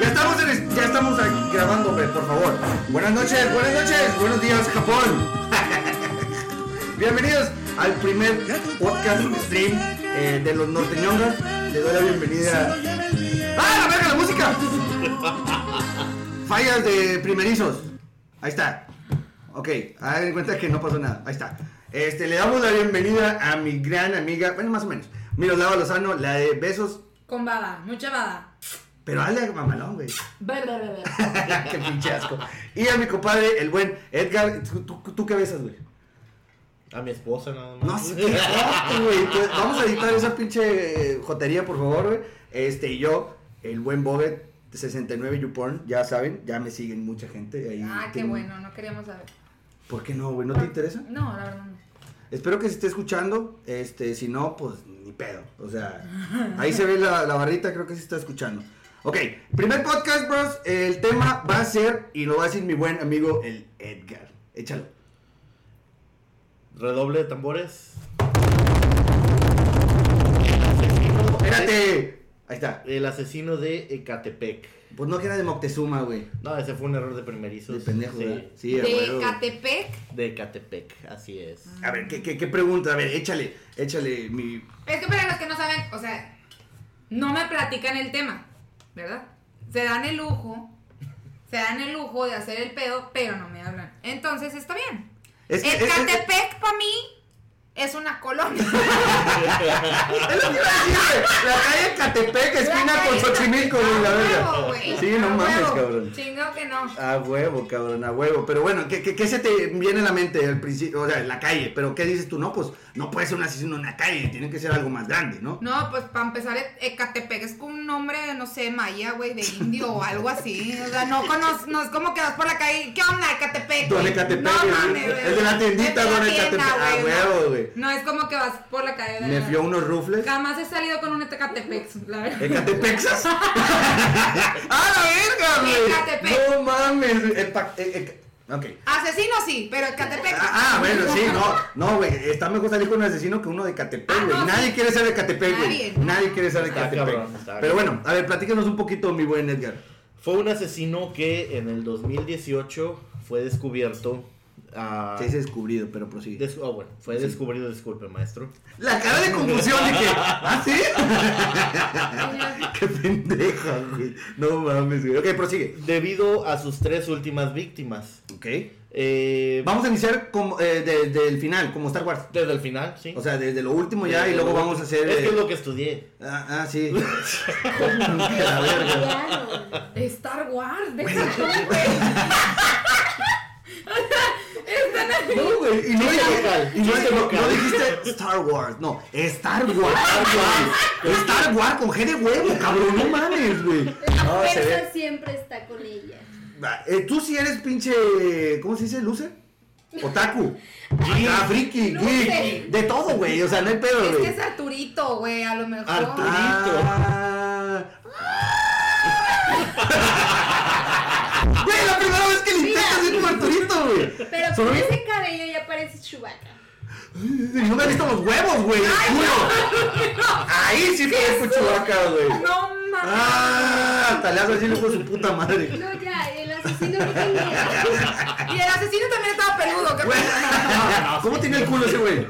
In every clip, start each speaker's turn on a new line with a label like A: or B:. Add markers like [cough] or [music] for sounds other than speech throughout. A: Ya estamos, en- ya estamos aquí grabando, güey, por favor. Buenas noches, buenas noches, buenos días, Japón. [laughs] Bienvenidos al primer podcast stream eh, de los norteñongas. Le doy la bienvenida. ¡Ah, la verga, la música! [laughs] Fallas de primerizos. Ahí está. Ok, hagan en cuenta que no pasó nada. Ahí está. Este, le damos la bienvenida a mi gran amiga, bueno, más o menos, Miroslava Lozano, la de besos,
B: Con baba, mucha baba.
A: pero hazle mamalón, güey.
B: Bla, bla, bla,
A: [laughs]
B: bla.
A: qué pinche asco. Y a mi compadre, el buen Edgar, ¿tú, tú- tú qué besas, güey?
C: A mi esposa nada más.
A: No sé
C: [laughs]
A: qué asco, güey. Entonces, Vamos a editar esa pinche eh, jotería, por favor, güey. Este, y yo, el buen Bobet, 69 YouPorn, ya saben, ya me siguen mucha gente. Ahí
B: Ah, qué
A: tengo-
B: bueno, no queríamos saber.
A: ¿Por qué no, güey? ¿No te interesa?
B: No, la verdad no.
A: Espero que se esté escuchando. Este, si no, pues ni pedo. O sea, ahí se ve la, la barrita, creo que se está escuchando. Ok, primer podcast, bros. El tema va a ser, y lo va a decir mi buen amigo, el Edgar. Échalo.
C: Redoble de tambores.
A: Espérate. Ahí está.
C: El asesino de Ecatepec.
A: Pues no que era de Moctezuma, güey.
C: No, ese fue un error de primerizos.
A: De pendejo,
C: Sí,
A: ¿verdad? Sí, a
B: De
A: huevo.
B: Catepec.
C: De Ecatepec, así es.
A: A ver, ¿qué, qué, qué pregunta? A ver, échale, échale mi.
B: Es que para los que no saben, o sea, no me platican el tema, ¿verdad? Se dan el lujo, se dan el lujo de hacer el pedo, pero no me hablan. Entonces está bien.
A: Es que-
B: el
A: es- es-
B: Catepec para mí es una colonia.
A: [laughs] Es lo que iba a decir, güey. La calle Catepec, [laughs] esquina
B: La
A: con
B: calle-
A: Xochimilco, güey, la
B: A
A: verga.
B: huevo, güey.
A: Sí, no
B: A
A: mames,
B: huevo.
A: cabrón.
B: Chingado que no.
A: A huevo, cabrón, a huevo. Pero bueno, ¿qué, qué, qué se te viene a la mente al principio? O sea, en la calle. Pero ¿qué dices tú? No, pues no puede ser un asesino en la calle. Tiene que ser algo más grande, ¿no?
B: No, pues para empezar, E- Ecatepec es como un nombre, no sé, maya, güey, de indio o algo así. O sea, no, conoz- no es como que vas por la calle. y, ¿Qué onda, Ecatepec?
A: Don
B: güey?"
A: Ecatepec,
B: No
A: güey.
B: mames, güey.
A: Es de la tiendita,
B: Es de la
A: Don Ecatepec.
B: tienda,
A: A
B: güey,
A: huevo,
B: no.
A: güey.
B: No es como que vas por la calle. de-
A: Me fió unos rufles.
B: Jamás he salido con un Ecatepec, la verdad.
A: [laughs] ¿Ecatepexas? ¡Ah, la verga, güey!
B: Ecatepec.
A: No mames. Epa- e- e- ok.
B: Asesino sí, pero Ecatepec.
A: Ah, ah, bueno, sí, no, no, güey, está mejor salir con un asesino que uno de Catepec,
B: Ah,
A: güey.
B: no,
A: Nadie
B: sí.
A: quiere ser de Catepec, güey.
B: Nadie,
A: Nadie,
B: no.
A: quiere ser de
C: Está
A: Catepec.
C: cabrón, está
A: Pero
C: cabrón.
A: bueno, a ver, platícanos un poquito, mi buen Edgar.
C: Fue un asesino que en el 2018 fue descubierto. ah,
A: Se dice descubrido, pero prosigue.
C: des- oh, bueno, fue descubrido, disculpe, maestro.
A: La cara de
C: [laughs]
A: confusión de que, ¿ah, sí?
B: [laughs]
A: Qué pendeja, güey. No mames, güey. Ok, prosigue.
C: Debido a sus tres últimas víctimas.
A: Ok.
C: Eh,
A: Vamos a iniciar como, eh, desde el final, como Star Wars.
C: Desde el final, sí.
A: O sea, desde lo último ya y luego vamos a hacer...
C: Es que es
A: eh,
C: lo que estudié.
A: Ah, ah, sí. Que la verga.
B: Star Wars, deja tú, güey. [laughs] Están ahí.
A: [laughs] No, güey, y no,
C: Chiste
A: dije-
C: local,
A: y no-
C: chiste
A: no-
C: local.
A: no dijiste Star Wars, no, Star Wars, güey. Star Wars con G de huevo, cabrón, no mames, güey. No,
D: La
A: se
D: fuerza
A: ve.
D: siempre está con ella.
A: Va, eh, Tú sí eres pinche, ¿cómo se dice? ¿Luce? Otaku, Ah, friki,
D: No
A: geek,
D: sé.
A: de todo, güey, o sea, no hay pedo,
B: Es
A: güey.
B: que es Arturito, güey, a lo mejor.
C: Arturo.
A: Ah. Güey, la primera vez que le intentas hacer un Arturito, güey.
D: Pero
A: Solo-
D: con ese cabello ya parece Chewbacca.
A: No me he visto los huevos, güey. culo. Ahí sí fue un chubaca, güey.
B: No mames.
A: Ah, talazo así le fue su puta madre.
D: No, ya, el asesino no tenía.
B: Y el asesino también estaba peludo, ¿qué
A: Güey.
B: pasa?
A: ¿Cómo tiene el culo ese güey?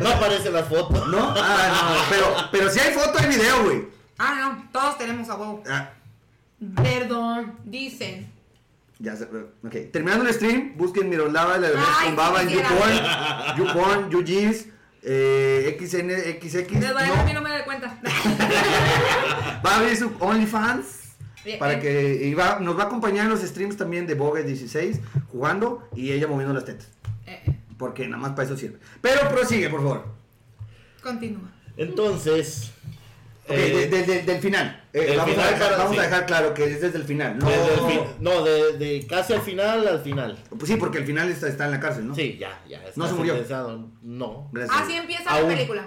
C: No aparece la foto.
A: ¿No? Ah, no, pero, pero sí hay foto y video, güey.
B: Ah, no, todos tenemos a huevo.
A: Ah,
B: Perdón, dicen.
A: ya se, ok. Terminando el stream, busquen Mirolava, la bebé
B: Ay,
A: con baba en
B: quisiera.
A: YouPorn, YouPorn, YouGees, eh, XN, XX.
B: Les voy a dejar mi
A: no.
B: número de cuenta.
A: Va a abrir su OnlyFans.
B: eh.
A: Para que y va- nos va a acompañar en los streams también de Bogue 16 jugando y ella moviendo las tetas.
B: Eh, eh,
A: Porque nada más para eso sirve. Pero prosigue, por favor.
B: continúa.
C: Entonces.
A: Ok,
C: eh,
A: de- de- de- del final. Eh,
C: del
A: vamos a
C: final,
A: dejar,
C: claro,
A: vamos a
C: sí.
A: dejar claro que es desde el final. No,
C: Desde el fin- No, de, de casi al final al final.
A: Pues sí, porque el final está, está en la cárcel, ¿no?
C: Sí, ya, ya. está
A: No se murió.
C: sentenciado. No.
A: Gracias.
B: Así empieza
C: Aún.
B: la película.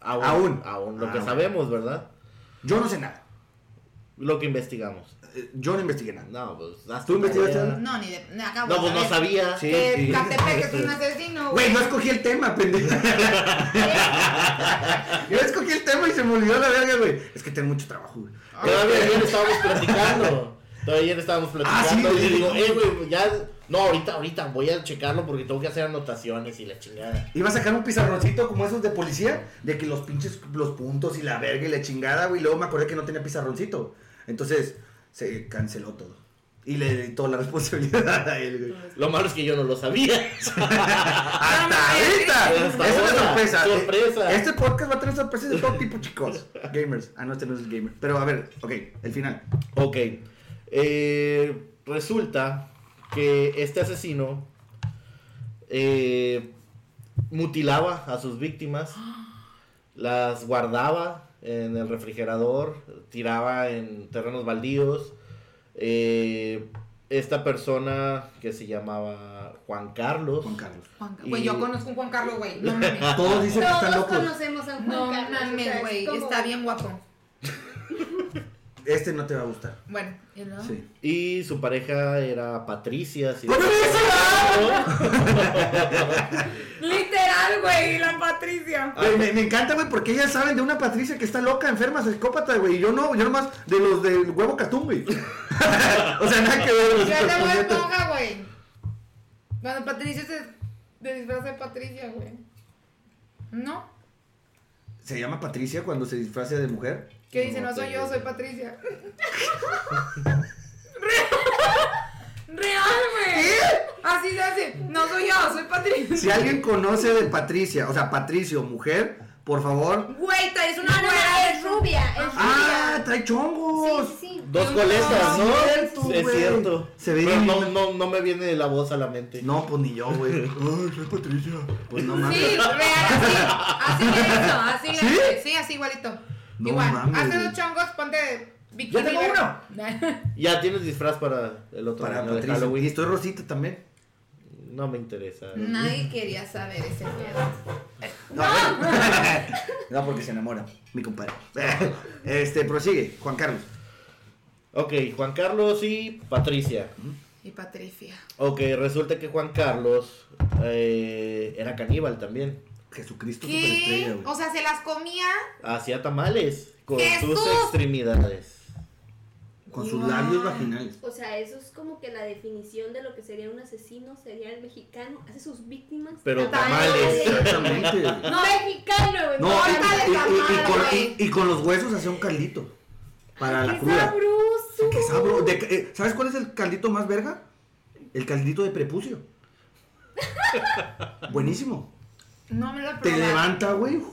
C: Aún.
A: Aún. Ah,
C: Aún. Lo que
A: Aún.
C: sabemos, ¿verdad?
A: Yo no sé nada.
C: Lo que investigamos.
A: Eh, Yo no investigué nada.
C: No, pues. haz
A: ¿Tú
C: tu
A: investigaste
C: tarea.
A: algo?
B: No, ni de. ni acabo
C: No, pues
B: de
C: no
B: saber
C: sabía.
A: Sí.
B: Que
A: sí.
B: Catepec es un asesino,
A: Güey, no escogí el tema, pendejo. Yo escogí el tema y se me olvidó la verga, güey. Es que tengo mucho trabajo, güey.
C: Todavía ayer estábamos platicando. Todavía ayer estábamos platicando.
A: Ah, Ah, sí,
C: y
A: sí.
C: le digo, eh, güey, ya. No, ahorita, ahorita voy a checarlo porque tengo que hacer anotaciones y la chingada.
A: Iba a sacar un pizarroncito como esos de policía, de que los pinches, los puntos y la verga y la chingada, güey. Luego me acordé que no tenía pizarroncito. Entonces, se canceló todo. Y le di toda la [laughs] responsabilidad a él, güey.
D: Pues,
C: Lo malo es que yo no lo sabía.
A: ¡Hasta ahorita!
C: Hasta
A: Es una
C: ahora.
A: sorpresa.
C: Sorpresa.
A: Este podcast va a tener sorpresas de todo tipo, chicos. Gamers. Ah, no, este no es el gamer. Pero a ver, ok, el final.
C: Ok. Eh, resulta que este asesino eh, mutilaba a sus víctimas, [gasps] las guardaba en el refrigerador, tiraba en terrenos baldíos. Eh, esta persona que se llamaba Juan Carlos.
A: Juan Carlos.
B: Juan- Güey, yo conozco un Juan Carlos, güey. No mames.
A: Todos dicen que están
D: Todos
A: locos.
D: conocemos a Juan
B: No
D: Carlos. o sea,
B: mames,
D: es
B: güey.
D: como-
B: Está bien guapo.
A: Este no te va a gustar.
B: Bueno, ¿y luego?
A: Sí.
C: Y su pareja era Patricia. si-
B: Literal, güey, la Patricia.
A: Güey, me, me encanta, güey, porque ellas saben de una Patricia que está loca, enferma, psicópata, güey. Y yo no, yo nomás de los del huevo catún, güey. [laughs] o sea, nada que ver.
B: Yo
A: los
B: te voy a
A: puñetas.
B: esponja, güey. Cuando Patricia se se disfraza de Patricia, güey. ¿No?
A: Se llama Patricia cuando se disfracia de mujer.
B: ¿Qué dice?
C: No
B: No soy
C: te
B: yo,
C: digo.
B: soy
A: [laughs]
B: Patricia. Real, real, güey. Así se hace. No soy yo, soy Patricia.
A: Si alguien conoce de Patricia, o sea, Patricio, mujer, por favor.
B: Güey, traes
D: No,
B: una
D: no, no,
B: güera
D: es rubia, es rubia.
A: ¡Ah! ¡Trae chongos!
D: Sí, sí, sí.
C: Dos coletas, ¿no?
A: Es cierto,
C: Sí, es
A: güey.
C: cierto.
A: Se ve
C: Pero
A: bien.
C: no, no, no me viene la voz a la mente.
A: No, pues ni yo, güey. [laughs] Ay, soy Patricia. Pues no mames.
B: Sí, real, así. Así le hizo, así
A: [laughs]
B: le
A: ¿Sí?
B: hizo. Sí, así igualito.
A: No
B: Igual,
A: mames,
B: hace
A: güey.
B: dos chongos, ponte bikini.
A: Ya tengo
B: verde.
C: Ya tienes disfraz para el otro
A: Para
C: año de
A: Patricia. Y
C: Halloween.
A: estoy Rosita también.
C: No me interesa.
B: [laughs] Nadie quería saber ese miedo.
A: No, [laughs] bueno. no, porque se enamora, mi [laughs] compadre. Este, prosigue, Juan Carlos.
C: Ok, Juan Carlos y Patricia.
B: Y Patricia.
C: Ok, resulta que Juan Carlos eh, era caníbal también.
A: Jesucristo superestrella,
B: ¿Qué?
A: güey.
B: O sea, se las comía.
C: Hacía tamales con sus
B: ¡Jesús!
C: extremidades.
A: Con sus labios vaginales.
D: O sea, eso es como que la definición de lo que sería un asesino, sería el mexicano, hace sus víctimas.
C: Pero
D: a
A: [laughs]
C: tamales.
A: Exactamente. güey.
D: No, mexicano, güey.
A: No, y,
B: Torta de
A: y- y- y con,
B: tamal,
A: y- y con los huesos hacía un caldito. Para la
D: ¡Qué
A: cruda.
D: sabroso!
A: Qué sabro. De- eh, ¿Sabes cuál es el caldito más verga? El caldito de [laughs] prepucio. Buenísimo.
B: No me lo probé.
A: Te levanta, güey. ¡Uh!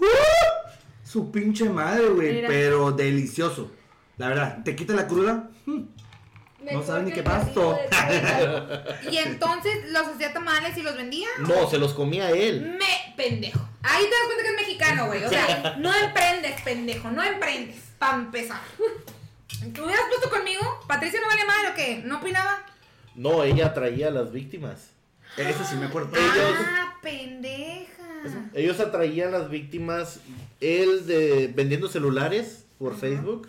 A: Su pinche madre, güey.
B: Mira.
A: Pero delicioso. La verdad, te quita la cruda. Mm.
D: Mejor
A: saben ni
D: que
A: qué
D: el
A: pasto.
D: gatito
A: [laughs]
D: de-
B: Y entonces los hacía tamales y los vendía.
C: No, se los comía él.
B: Me pendejo. Ahí te das cuenta que es mexicano, güey. O sea, no emprendes, pendejo. No emprendes. Pa' empezar. ¿Te hubieras puesto conmigo? ¿Patricia no vale madre o qué? ¿No opinaba?
C: No, ella atraía a las víctimas.
A: Eso sí me acuerdo.
B: Ah, pendeja.
C: Ellos atraían a las víctimas, él de, vendiendo celulares por Facebook,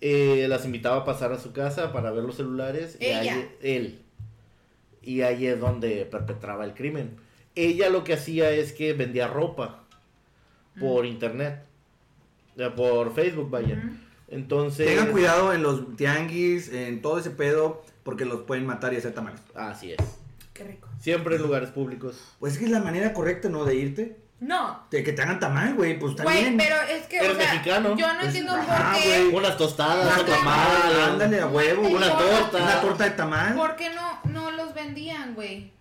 C: eh, las invitaba a pasar a su casa para ver los celulares. y ahí-
B: Ella.
C: él. Y ahí es donde perpetraba el crimen. Ella lo que hacía es que vendía ropa por internet, eh, por Facebook, vaya.
B: Ujú.
C: Entonces...
A: Tengan cuidado en los tianguis, en todo ese pedo, porque los pueden matar y hacer tamales.
C: Así es.
B: Qué rico.
C: Siempre en lugares públicos.
A: Pues es que es la manera correcta, ¿no? De irte.
B: No.
A: De que te hagan tamal, güey. Pues
B: Güey,
A: también.
B: pero es que, o
C: Eres
B: sea,
C: mexicano.
B: yo no entiendo
A: ah,
B: por qué.
A: güey.
C: Unas tostadas,
B: Una
C: una
B: torta.
A: Ándale a huevo,
B: Una
A: una
C: torta.
A: torta. Una torta de tamal.
B: ¿Por qué no, no los vendían, güey?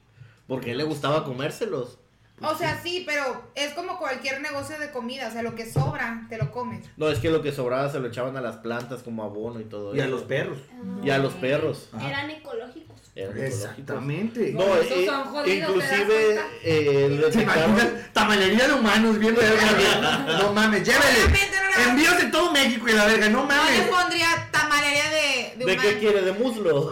C: Porque a él le gustaba comérselos.
B: O sea, sí, pero es como cualquier negocio de comida. O sea, lo que sobra, te lo comes.
C: No, es que lo que sobraba se lo echaban a las plantas como abono y todo
A: Y a
C: eso.
A: los perros.
C: Y a los perros.
A: Ajá.
D: Ah, Eran ecológicos.
C: Eran ecológicos.
A: Exactamente.
C: No,
B: Esos
C: eh,
B: son jodidos, ¿te
C: inclusive
B: das cuenta?
C: eh, le
A: ¿Se
C: detectaron-
A: imaginan? Tamalería de humanos viendo de verga. No mames, llévele.
B: Obviamente no la-
A: Envíos de todo México y la verga, no
B: No, yo
A: mames.
B: pondría tamalería de, de,
C: ¿De
B: humano.
C: qué quiere? ¿De muslo?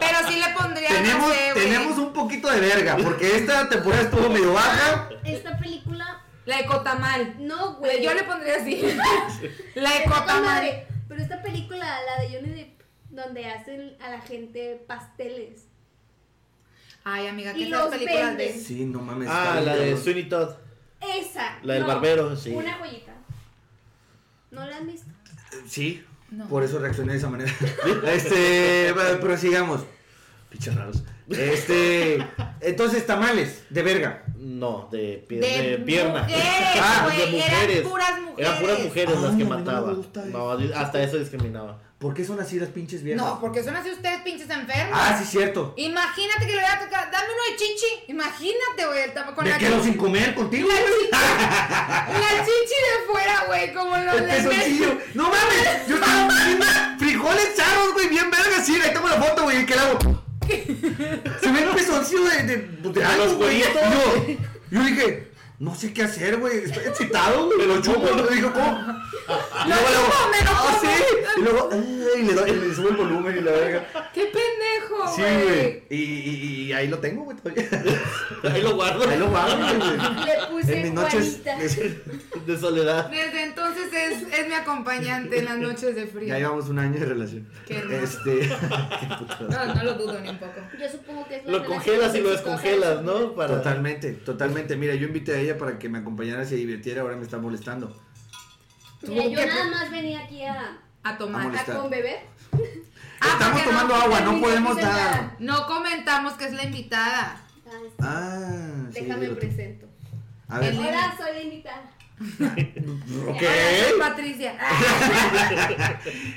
B: Pero sí le pondría.
A: Tenemos,
B: no sé, güey,
A: tenemos un poquito de verga, porque esta temporada estuvo medio
B: [laughs]
A: baja.
D: Esta película,
B: La ecotamal.
D: no,
B: Güey,
A: [laughs]
D: güey.
B: yo le pondría así. [laughs] la
D: Está con
B: ecotamal.
D: madre, Pero esta donde hacen a la gente pasteles.
B: Ay, amiga, ¿qué
D: Y
B: esas
D: los
B: películas
D: venden.
B: de...?
A: Sí, no mames.
C: Ah,
A: está
C: la
A: bien,
C: de
A: cabrón.
C: Sweeney Todd.
D: Esa.
C: La del barbero, sí.
D: Una joyita. ¿No la han
A: [laughs]
D: visto?
A: Sí,
B: No.
A: por eso reaccioné de esa manera. [laughs] este, bueno, prosigamos. Pinches raros. Este, entonces tamales de verga.
C: No, de, pie- de pierna.
B: mujeres,
A: Ah,
B: güey, Eran puras mujeres.
C: Eran puras mujeres las
A: Ay,
C: que
A: a mí Ah, no me
C: mataba.
A: gusta
C: No, di- hasta eso discriminaba.
A: ¿Por qué son así las pinches viejas?
B: No, porque son así ustedes pinches enfermos.
A: Ah, sí, cierto.
B: Imagínate que le voy a tocar, dame uno de chichi. Imagínate, güey, el tapa con
A: Me
B: la
A: quedo
B: chichi.
A: sin comer contigo.
B: La
A: güey.
B: chichi,
A: [laughs]
B: la chichi de fuera, güey, como los
A: El
B: de
A: pezoncillo.
B: Messi.
A: No mames, yo estaba
B: [laughs]
A: comiendo frijoles charros, güey, bien verga, sí, ahí tengo la foto, güey, ¿qué le
B: [laughs]
A: hago? Se ve el pezoncillo de, de, de, algo,
C: los
A: güey.
C: huevitos.
A: Yo, yo dije, no sé qué hacer, güey, estoy excitado, güey, lo chupo, lo digo, ¿cómo? Y luego, luego,
B: chupo, me lo
A: "Ah,
B: como".
A: sí, y luego, ay, le, doy, le subo el volumen y la verga.
B: ¡Qué pendejo,
A: Sí,
B: güey!
A: güey, y, y, y ahí lo tengo, güey, [laughs] todavía.
C: Ahí lo guardo.
A: Ahí lo guardo, güey.
D: Le puse
A: En mis noches,
D: Juanita.
C: De soledad.
B: Desde entonces es, es mi acompañante en las noches de frío.
A: ya llevamos un año de relación.
B: Qué hermoso.
A: este, [laughs] qué puto.
B: No, no lo dudo ni un poco.
D: Yo supongo que es la
C: Lo
D: relación
C: congelas y lo
D: exitosa de
C: descongelas,
D: su-
C: ¿no? Para...
A: Totalmente, totalmente. Mira, yo invité a ella para que me acompañara, se divirtiera, ahora me está molestando.
D: Mira,
B: Tuvo que-
D: yo nada más venía aquí a,
B: A
A: A
B: tomar.
A: molestar.
D: a
A: Está.
D: con beber.
B: Ah,
A: Estamos
B: porque no,
A: tomando agua, no
D: terminé
A: podemos
D: de
A: dar.
D: cenar.
B: No comentamos que es la invitada.
D: Ah, es-
A: Ah, sí,
D: Déjame
A: digo,
D: presento.
A: A ver,
B: El-
D: Hola, soy la invitada.
B: Hola, soy
A: ok.
B: Patricia.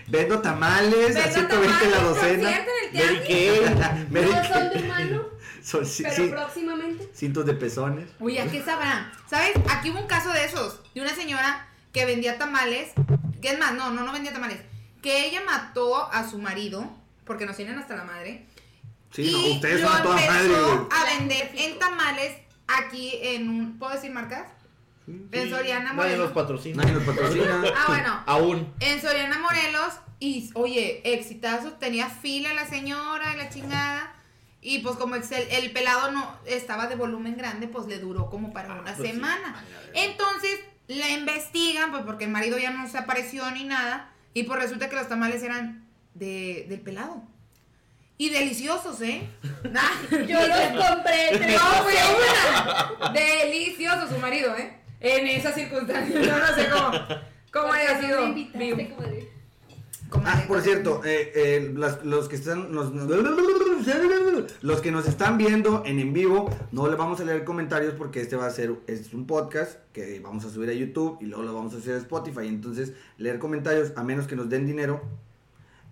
A: Vendo tamales a
B: Vendo
A: 120 la
B: tamales,
A: docena.
B: concierto en el
A: Mary Kay. Mary
D: No soy de
A: Kay. [laughs]
D: humano,
A: Son ci-
D: pero
A: ci-
D: próximamente.
A: cintos de pezones.
B: Uy, ¿a qué sabrán? ¿Sabes? Aquí hubo un caso de esos, de una señora que vendía tamales, que es más, no, no, no vendía tamales, que ella mató a su marido, porque nos tienen hasta la madre,
A: Sí,
B: y
A: no, ustedes
B: lo
A: son a toda madre,
B: empezó
A: güey.
B: a vender en tamales aquí en un, ¿puedo decir marcas? En Soriana
C: Nadie nos
B: Morelos.
C: patrocina.
A: Nadie nos patrocina. [laughs]
B: Ah, bueno,
C: Aún.
B: en Soriana Morelos y, oye, exitazo, tenía fila la señora y la chingada. Y pues como el, el pelado no estaba de volumen grande, pues le duró como para una
C: pues sí.
B: semana. Eh,
A: Ay, a ver.
B: Entonces la investigan, pues porque el marido ya no se apareció ni nada. Y pues resulta que los tamales eran de, del pelado. Y deliciosos,
C: [laughs]
B: ¿eh? Nah,
D: Yo los [laughs] compré. te los
B: no, fue
D: puse.
B: una. Delicioso su marido, ¿eh? En esas circunstancias. Yo no sé cómo, cómo
D: Porque
B: haya
D: no
B: sido.
D: me invitaste,
B: vivo.
D: comadre.
A: Ah, por cierto, eh, eh, las- los que están los, los que nos están viendo en en vivo, no le vamos a leer comentarios porque este va a ser es un podcast que vamos a subir a YouTube y luego lo vamos a hacer a Spotify, entonces leer comentarios a menos que nos den dinero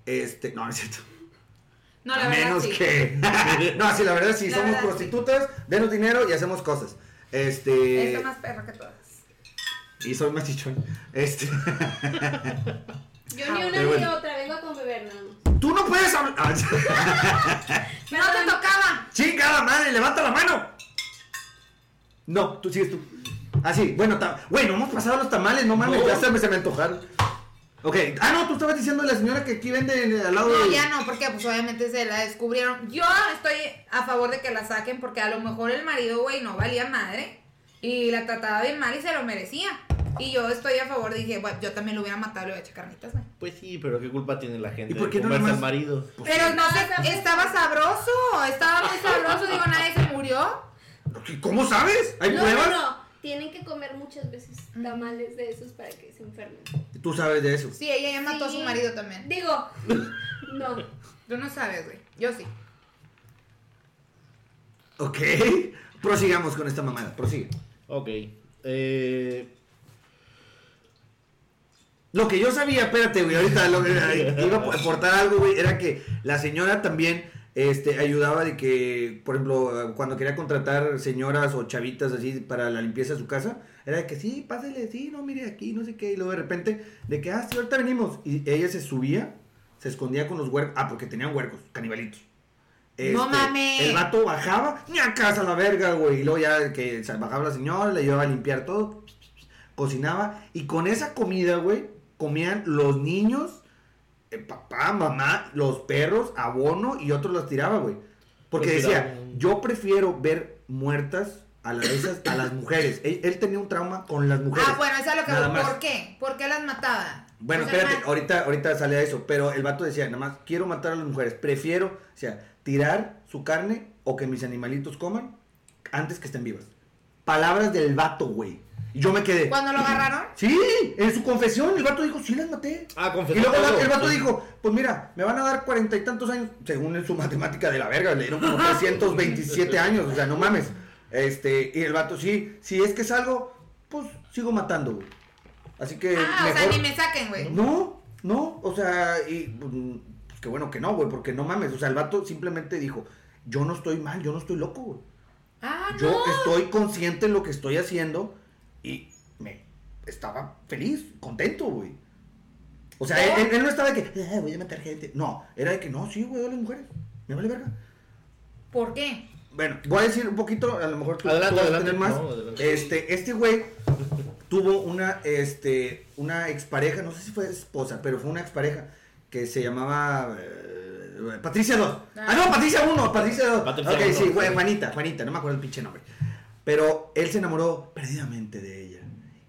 A: este, no, no es cierto.
B: No, la
A: a
B: verdad,
A: menos
B: sí.
A: que [laughs] No, sí, la verdad sí
B: La
A: somos
B: verdad, sí.
A: prostitutas, denos dinero y hacemos cosas. Este
B: Esta más perra que todas.
A: y soy más chichón. Este [laughs]
D: Yo ni
A: Pero
D: una ni
A: Ah, bueno.
D: otra, vengo a con beber nada más.
A: tú no puedes hablar. [laughs] Ah,
B: ¡No te tocaba!
A: ¡Chingada madre! ¡Levanta la mano! No, tú sigues tú. Así, bueno, ta- güey, no hemos pasado los tamales, no mames,
C: No.
A: ya se me, se me antojaron. Ok, ah, no, tú estabas diciendo de la señora que aquí vende en- al lado
B: No,
A: de.
B: ya no, porque pues obviamente se la descubrieron. Yo estoy a favor de que la saquen porque a lo mejor el marido, güey, no valía madre. Y la trataba bien mal y se lo merecía. Y yo estoy a favor, dije, bueno, yo también lo hubiera matado y lo hubiera hecho carnitas, güey.
C: Pues sí, pero qué culpa tiene la gente
A: ¿Y por qué
C: de
A: no
C: comerse
A: nomás-
C: al marido.
A: Pues
B: Pero no sé, estaba sabroso, estaba muy sabroso, digo, nadie se murió.
A: ¿Cómo sabes? ¿Hay
D: No,
A: pruebas?
D: no, no. Tienen que comer muchas veces
B: Mm.
D: tamales de esos para que se enfermen.
A: Tú sabes de eso.
B: Sí, ella ya mató a
D: Sí.
B: su marido también.
A: [laughs]
D: Digo, no.
B: Tú no sabes, güey. Yo sí.
A: Ok, [laughs] prosigamos con esta mamada, prosigue.
C: Ok. Eh,
A: Lo que yo sabía, espérate, güey, ahorita lo que iba a aportar algo, güey, era que la señora también este, ayudaba de que, por ejemplo, cuando quería contratar señoras o chavitas así para la limpieza de su casa, era de que sí, pásele, sí, no, mire aquí, no sé qué, y luego de repente, de que, ah, sí, ahorita venimos. Y ella se subía, se escondía con los huercos, ah, porque tenían huercos, canibalitos. Este,
B: No mames.
A: El vato bajaba, ni a casa la verga, güey, y luego ya que se bajaba la señora, le ayudaba a limpiar todo, cocinaba y con esa comida, güey, comían los niños, eh, papá, mamá, los perros, abono y otros las tiraba, güey. Porque
C: Los
A: decía,
C: tiraban.
A: yo prefiero ver muertas a las, esas- a las mujeres. Él, él tenía un trauma con las mujeres.
B: Ah, bueno, esa es a lo que
A: Nada
B: voy.
A: más.
B: ¿Por qué? ¿Por qué las mataba?
A: Bueno,
B: Pues,
A: espérate,
B: ajá.
A: ahorita, ahorita sale a eso, pero el vato decía, nada más, quiero matar a las mujeres, prefiero, o sea, tirar su carne o que mis animalitos coman antes que estén vivas. Palabras del vato, güey. Y yo me quedé.
B: Cuando lo agarraron,
A: [laughs] Sí, en su confesión, el vato dijo, sí las maté.
C: Ah,
A: Y
C: confesó
A: luego el vato-
C: todo.
A: el vato dijo, pues mira, me van a dar cuarenta y tantos años, según en su [laughs] matemática de la verga, le dieron como 327 años, o sea, no mames. Este, y el vato, sí, si es que salgo, pues sigo matando, güey. Así que.
B: ah, o sea,
A: mejor-
B: ni me saquen, güey.
A: no, no, o sea, y pues, qué bueno que no, güey, porque no mames, o sea, el vato simplemente dijo, yo no estoy mal, yo no estoy loco, güey.
B: Ah,
A: Yo
B: no.
A: estoy consciente en lo que estoy haciendo y me estaba feliz, contento, güey. O sea,
B: ¿No?
A: él, él- él no estaba de que, "Ah, voy a matar gente. No, era de que, no, sí, güey, a las mujeres, me vale verga.
B: ¿Por qué?
A: Bueno, voy a decir un poquito, a lo mejor tú,
C: Adelante,
A: tú vas a
C: adelante.
A: tener más.
C: No, adelante.
A: Este, este güey tuvo una, este, una expareja, no sé si fue esposa, pero fue una expareja que se llamaba eh, Patricia 2. Ah. no, Patricia 1, Patricia 2.
C: Patricia
A: ok,
C: uno.
A: sí, güey, Juanita, Juanita, no me acuerdo el pinche nombre. Pero él se enamoró perdidamente de ella.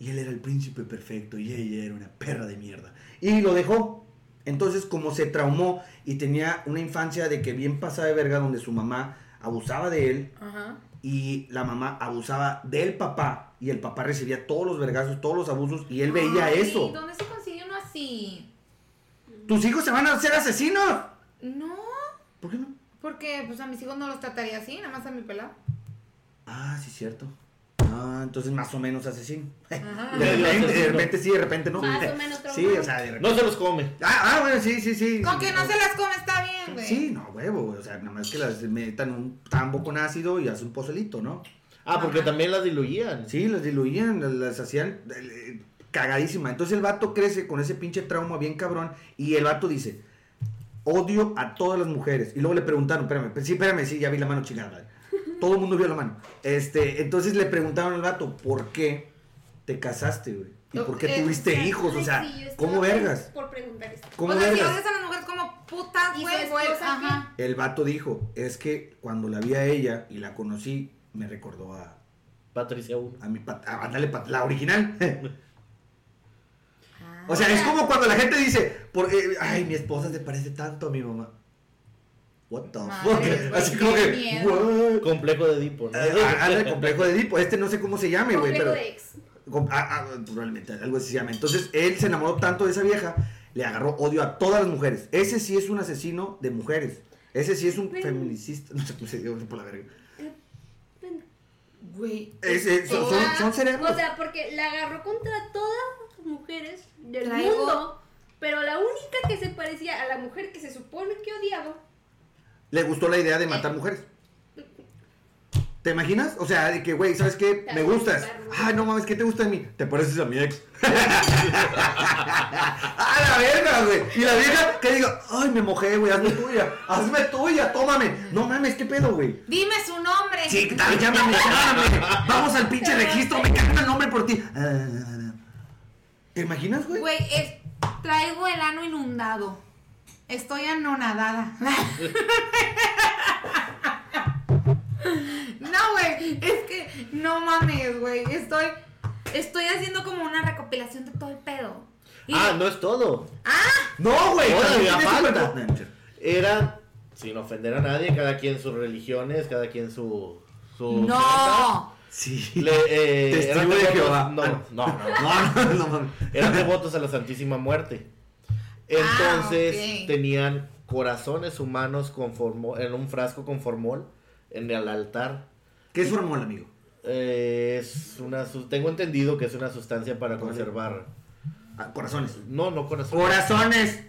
A: Y él era el príncipe perfecto y ella era una perra de mierda. Y lo dejó. Entonces, como se traumó y tenía una infancia de que bien pasada de verga, donde su mamá abusaba de él,
B: Ajá.
A: y la mamá abusaba del papá y el papá recibía todos los vergazos, todos los abusos y él veía
B: Ay,
A: eso.
B: ¿Dónde se consigue uno así?
A: Tus hijos se van a ser asesinos.
B: No,
A: ¿Por qué no?
B: porque pues a mis hijos no los trataría así, nada más a
A: [laughs]
B: mi pelado.
A: Ah, sí, cierto. Ah, entonces más o menos asesino.
B: Ajá.
A: De repente, de
C: Asesino.
A: repente sí, de repente no.
D: Más o menos traumado.
A: Sí, o sea, de repente.
C: No se los come.
A: Ah, ah, bueno, sí, sí, sí.
B: Con que no se las come está bien, güey.
A: Sí, no, huevo, güey, o sea, nada más que las metan un tambo con ácido y hace un pozolito, ¿no?
C: Ah, porque
B: Ajá.
C: también las diluían.
A: Sí, las diluían, las, las hacían eh, cagadísima. Entonces el vato crece con ese pinche trauma bien cabrón y el vato dice, odio a todas las mujeres. Y luego le preguntaron, espérame, pues sí, espérame, sí, ya vi la mano chingada.
B: [laughs]
A: madre. Todo el mundo vio la mano. Este, entonces le preguntaron al vato, ¿por qué te casaste, güey? ¿Y
B: No,
A: por qué
B: eh,
A: tuviste
B: ay,
A: hijos? O
D: Ay,
A: sea,
D: sí, yo estaba
A: ¿cómo vergas?
D: Por preguntar esto.
A: ¿Cómo
B: o sea, si
A: vergas?
B: odias a las mujeres como putas,
D: ¿Y su
B: güey, pues, güey.
D: esposa
B: Ajá.
A: El vato dijo, es que cuando la vi a ella y la conocí, me recordó a,
C: Patricia 1.
A: a mi pat- a- ándale, pat- la original. [laughs] O
D: Ah.
A: sea, es como cuando la gente dice, por, eh, ay, mi esposa se parece tanto a mi mamá. What the fuck?
B: Madre,
D: pues,
B: güey,
A: Así como
B: qué
A: que,
B: miedo.
A: what?
C: Complejo de Edipo, ¿no?
A: Eh, ah, Anda el complejo de Edipo, este no sé cómo se llame, güey,
D: Complejo
A: pero
D: de ex.
A: com- ah, ah, probablemente algo así se llama. Entonces, él se enamoró tanto de esa vieja, le agarró odio a todas las mujeres. Ese sí es un asesino de mujeres. Ese sí es un
D: Güey.
A: feminicista, [laughs] no sé cómo se llama por la verga.
D: Ven.
B: Güey.
A: Ese- son, son, son cerebros.
D: O sea, porque la agarró contra todas las mujeres del
B: Traigo-
D: mundo, pero la única que se parecía a la mujer que se supone que odiaba.
A: le gustó la idea de matar mujeres. ¿Te imaginas? O sea, de que, güey, ¿sabes qué? Me gustas. Ay, no mames, ¿qué te gusta de mí? Te pareces [laughs] a mi ex. ¡A la verga, güey! Y la vieja que diga, ay, me mojé, güey, hazme tuya, hazme tuya, tómame. No mames, ¿qué pedo, güey?
B: Dime su nombre.
A: Sí, tal, llámame, llámame. Vamos al pinche registro, me cambio el nombre por ti. Ah, ah, ah. ¿Te imaginas, güey?
B: Güey, es- traigo el ano inundado. Estoy anonadada. [laughs] no, güey, es que no mames, güey. Estoy, estoy haciendo como una recopilación de todo el pedo. Y-
C: [laughs] Ah, no es todo.
A: No, güey.
C: Ahora
A: también
C: ya
A: tiene su
C: falta.
A: superpoder.
C: Era, sin ofender a nadie, cada quien sus religiones, cada quien su... su
B: no.
A: Sí.
C: Le, eh,
A: Testigo
C: eran
A: de
C: devotos-
A: Jehová.
C: No,
A: Ah,
C: no, no.
A: No, no, no mames.
C: Eran devotos a la Santísima Muerte. Entonces
B: Ah, ok.
C: tenían corazones humanos con formol- en un frasco con formol en el altar.
A: ¿Qué es hormona, amigo?
C: Eh, es una sus- tengo entendido que es una sustancia para
A: Vale.
C: conservar.
A: Ah, corazones.
C: No, no corazón.
A: Corazones.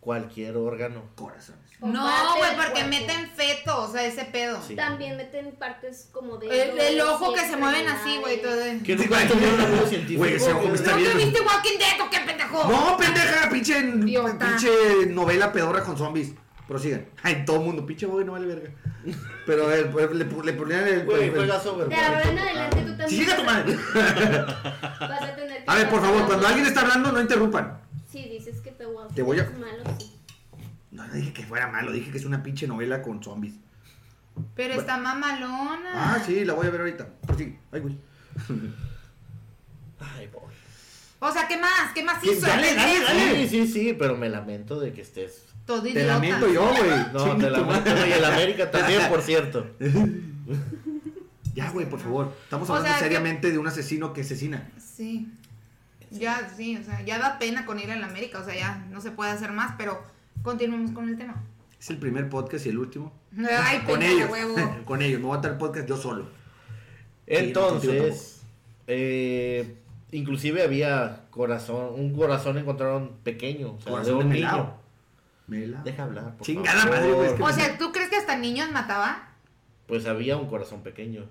C: Cualquier órgano.
A: Corazones.
D: O
B: No,
D: parte
B: güey,
D: del
B: porque
D: cuerpo.
B: meten feto, o sea, ese pedo.
C: Sí.
D: También meten partes como de.
B: El, el ojo que se mueven así, güey, todo. de-
C: Que
A: Sí,
C: nunca
A: güey.
C: tuvieron algo científico.
A: Güey, ese ojo me está
B: ¿No te
A: bien.
B: viste Walking Dead o qué pendejo?
A: No, pendeja, pinche,
B: Idiota.
A: pinche novela pedorra con zombies. Prosigan. Ay, todo el mundo, pinche boy, no vale verga. Pero eh, pues, le, le ponían el.
C: Güey,
A: el-
C: juegas over,
D: De
C: güey.
D: ahora en adelante tú
A: Sí,
D: también.
A: llega tu madre.
D: Vas
A: [laughs]
D: a tener que
A: A ver, por favor,
D: pasar-
A: cuando alguien está hablando, no interrumpan.
D: Si dices que te voy a.
A: Te voy a-
D: es malo, sí.
A: No, no dije que fuera malo, dije que es una pinche novela con zombies.
B: Pero está mamalona.
A: Pues Ah, sí, la voy a ver ahorita. Sí, ay, güey.
C: Ay, boy.
B: Ok, O sea, ¿qué más? ¿Qué más
A: Sí,
B: hizo?
A: dale,
B: ¿Qué
A: dale,
B: es?
A: dale.
C: Sí, sí, sí, pero me lamento de que estés.
B: Todo
A: Te
B: idiota.
A: lamento yo, güey.
C: No,
A: Chinga
C: te
A: tu
C: lamento.
A: madre.
C: Y el América también, por cierto.
A: Ya, güey, por favor. Estamos
B: O
A: hablando
B: sea, que-
A: seriamente de un asesino que asesina.
B: Sí. Ya, sí, o sea, ya da pena con ir a la América, o sea, ya no se puede hacer más, pero continuemos con el tema. [laughs]
A: Es el primer podcast y el último.
B: Ay,
A: con
B: pena,
A: ellos.
B: huevo.
C: [laughs]
A: [laughs] con ellos. Me voy a dar el podcast yo solo. Sí, no, contigo
C: Entonces, eh, inclusive había corazón, un corazón encontraron pequeño, o sea,
A: Corazón
C: de
A: de
C: un niño.
A: melao. Mela.
C: Deja hablar, por
A: Chingada
C: favor.
A: madre, güey, es que-
B: O sea, ¿tú crees que hasta niños mataba?
C: Pues había un corazón pequeño.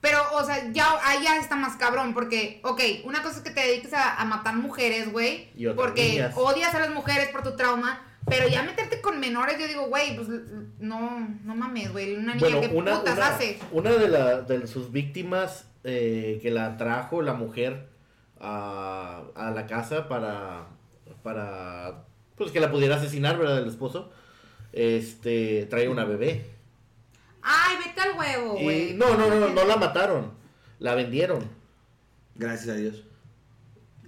B: Pero, o sea, ya, ahí ya está más cabrón, porque, ok, una cosa es que te dediques a, a matar mujeres, güey,
C: Y otras
B: porque
C: niñas.
B: odias a las mujeres por tu trauma, pero ya meterte con menores, yo digo, güey, pues no, no mames, güey, una niña
C: Bueno,
B: que
C: una,
B: putas
C: una-
B: hace.
C: una de, la- de sus víctimas eh, que la trajo la mujer a, a la casa para, para pues que la pudiera asesinar, ¿verdad? El esposo. Este, trae una bebé.
B: Ay, vete al huevo,
C: Y-
B: güey.
C: no, no, no, no la mataron. La vendieron.
A: Gracias a Dios.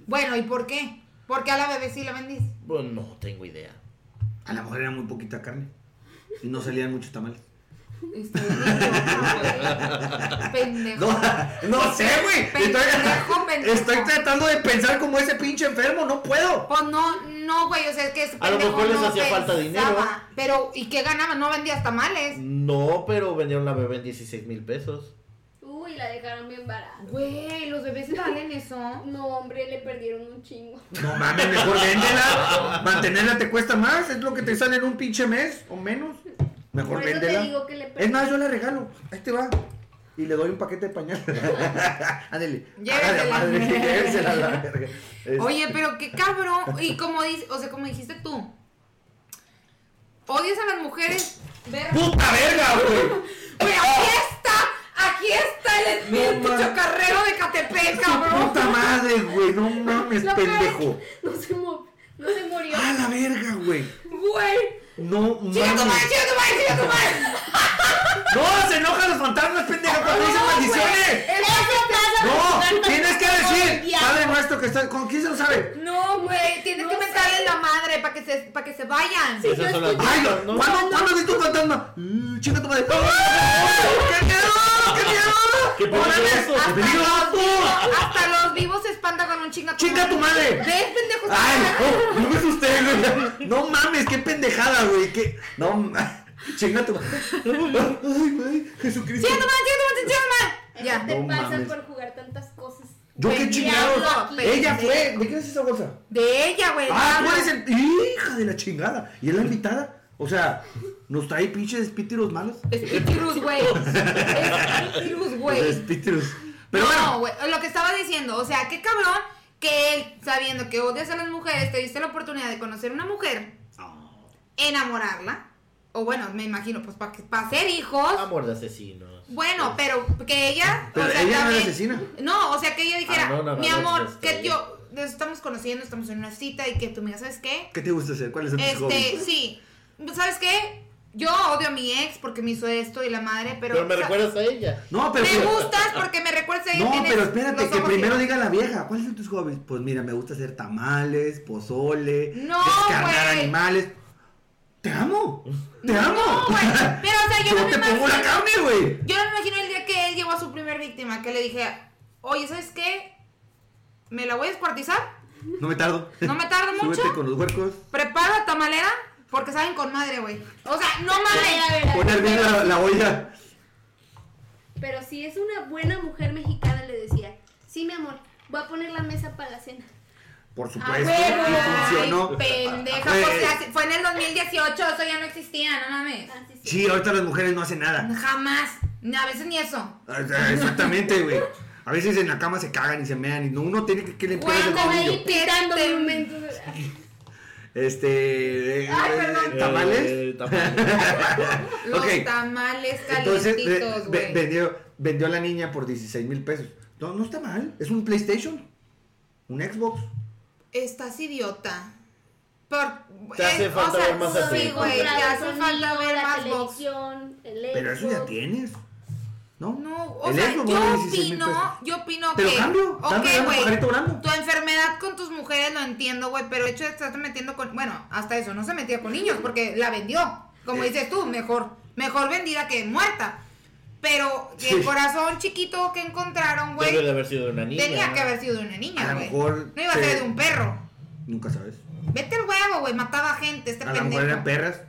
B: Bueno, ¿y por qué? ¿Por qué a la bebé sí la vendís?
C: Bueno, no tengo idea.
A: A la mujer era muy poquita carne. Y no salían muchos tamales.
B: Estoy loca, güey. Pendejo.
A: No, no [laughs] sé, güey. Estoy,
B: Pendejo,
A: [laughs]
B: pendejo.
A: estoy tratando de pensar como ese pinche enfermo. No puedo.
B: Pues no, no, güey, o sea, es que ese
C: A lo
B: pendejo
C: mejor les
B: no
C: hacía falta dinero.
B: Pero, ¿y qué ganaba? No vendías tamales.
C: No, pero vendieron la bebé en 16 mil pesos.
D: Uy, la dejaron bien barata.
B: Güey, los bebés valen eso.
D: No, hombre, le perdieron un chingo. [laughs]
A: No mames, mejor véndela. Mantenerla te cuesta más. Es lo que te sale en un pinche mes o menos. Mejor
D: Por eso te
A: véndela.
D: digo que le perdí.
A: Es más, yo la regalo. Ahí te va. Y le doy un paquete de pañal. [laughs] Ándale.
B: Llévesela.
A: Ah, la madre, llévesela a la verga. Es-
B: Oye, pero qué cabrón. Y como dice, o sea, como dijiste tú, odias a las mujeres. Ver...
A: ¡Puta verga,
D: [laughs]
A: güey!
B: Güey, aquí está, aquí está el
A: No
B: espíritu
A: mames.
B: chocarrero de Catepec, cabrón.
A: ¡Puta madre, güey! No mames,
D: Lo peor es
A: pendejo.
D: No se mov- no se murió.
A: ¡A Ah, la verga, güey!
B: Güey.
A: No mames.
B: Chica tu madre, chica tu madre, chica tu madre.
A: ¡No! ¡Se enojan los fantasmas, pendeja! ¡Cuando dicen maldiciones! ¡No! ¡Tienes que decir! ¡Padre nuestro que está. ¿Con quién se lo sabe?
B: No, güey, tienes
D: No
B: que
D: sé.
B: mentarle la madre para que se, para que se vayan.
D: Sí.
C: Esas
D: yo
C: son las-
D: escuché-
A: ¡Ay!
C: no,
A: ¿Cuándo, ¿cuándo has visto un fantasma? Mm, ¡Chinga tu madre! ¡Qué miedo! ¡Qué miedo!
C: ¿Qué peligroso,
A: ¡Órale!
C: qué
A: ¡Peligroso!
B: Hasta los vivos se espantan con un chinga tu
A: ¡Chinga tu madre!
B: ¿Ves, pendejo?
A: Ay, no, no me asusté, güey. No mames, qué pendejada, güey. Qué... No, ma- chinga tu madre. Ay, güey, Jesucristo.
B: Chica tu madre, chica tu madre, chica tu madre.
D: Ya.
B: Ya.
D: Te
A: No
D: pasas
A: mames.
D: por jugar tantas cosas.
A: Yo qué chingados.
B: Diablo,
A: Ella fue.
B: pendejo.
A: ¿De quién es esa bolsa?
B: De ella, güey.
A: Ah,
B: habla.
A: tú eres el. ¡Hija de la chingada! ¿Y es la invitada? O sea, nos trae pinches espíritus malos.
B: Espíritus,
A: [laughs]
B: güey. Espíritus,
A: Los
B: güey.
A: espíritus. Pero
B: no,
A: bueno,
B: güey, lo que estaba diciendo, o sea, qué cabrón que él, sabiendo que odias a las mujeres, te diste la oportunidad de conocer una mujer, enamorarla, o bueno, me imagino, pues para ser hijos.
C: Amor de asesinos.
B: Bueno, pero que ella.
A: Ah, pues. pero
B: o sea,
A: ella no era
B: también-
A: asesina.
B: No, o sea, que ella dijera,
C: Ah, no, no, no,
B: mi
C: no,
B: amor,
C: no,
B: que
C: no,
B: yo. Nos estamos conociendo, estamos en una cita y que tú me digas, ¿sabes qué?
A: ¿qué te gusta hacer? ¿Cuáles son tus
B: Este,
A: hobbies?
B: sí. ¿Sabes qué? Yo odio a mi ex porque me hizo esto y la madre, pero.
C: Pero, me
B: o sea,
C: recuerdas a ella.
A: No, pero. [laughs]
B: Me gustas porque me recuerdas a ella.
A: No,
B: tienes
A: pero espérate,
B: los
A: que
B: ojos
A: primero
B: igual.
A: diga la vieja, ¿cuáles son tus hobbies? Pues mira, me gusta hacer tamales, pozole,
B: No,
A: descarnar
B: güey.
A: animales. Te amo, te amo.
B: No,
A: [laughs]
B: güey. Pero, o sea, yo no
A: yo
B: me
A: te pongo la
B: imagino-
A: carne, güey.
B: Yo no me imagino el día que él llegó a su primer víctima, que le dije, oye, ¿sabes qué? ¿Me la voy a descuartizar?
A: No me tardo.
B: No me tardo
A: [laughs] Súbete
B: mucho.
A: con los huercos.
B: Prepara tamalera porque saben con madre, güey. O sea, no mames.
A: Pon a hervir la, la olla.
D: Pero si es una buena mujer mexicana, le decía, sí, mi amor, voy a poner la mesa para la cena.
A: Por
B: Ah,
A: supuesto,
B: huevo.
A: y funcionó. Ah,
B: Ay, pendeja,
A: Güey.
B: pues, ya se- fue en el 2018, eso ya no existía, no mames.
D: Ah, sí, sí.
A: Sí, ahorita las mujeres no hacen nada.
B: Jamás, ni a veces ni eso.
A: Exactamente, güey. A veces en la cama se cagan y se mean y no, uno tiene que, que le
B: Güey,
A: pegas el
B: como
A: tobillo.
B: ahí. Te-
D: Tirándome un momento.
A: Este. eh,
B: Ay, perdón.
A: ¿Tamales?
C: Eh, tamales.
B: Los
A: Ok.
B: tamales
A: Entonces ve-
B: calientitos,
A: ve-
B: güey.
A: vendió, vendió a la niña por 16 mil pesos. No, no está mal. Es un PlayStation. Un Xbox.
B: Estás idiota. Por, eh,
C: Te hace falta ver más
B: sí,
C: así.
B: güey, te
D: Comprar el
B: hace
D: sonido,
B: falta ver
D: la
B: más box.
D: televisión, el
A: Pero eso ya
D: Xbox.
A: tienes. ¿No?
B: No, o
A: El
B: sea,
A: Xbox
B: yo
A: vale 16,000 pesos.
B: opino, yo opino
A: Te
B: que.
A: lo cambio.
B: ok,
A: Dame, dame
B: güey,
A: pajarito volando.
B: Tu enfermedad con tus mujeres lo entiendo, güey, pero el hecho de estarte metiendo con. Bueno, hasta eso, no se metía con niños porque la vendió. Como
A: Eh.
B: dices tú, mejor. Mejor vendida que muerta. Pero el
A: Sí.
B: corazón chiquito que encontraron,
C: Debe
B: güey,
C: de haber sido de una niña.
B: tenía que haber sido de una
A: A
B: niña,
A: lo
B: güey.
A: mejor
B: No iba a ser
A: se-
B: de un perro.
A: Nunca sabes.
B: Vete al huevo, güey, mataba gente, este
A: A lo mejor eran
B: pendejo.
A: perras.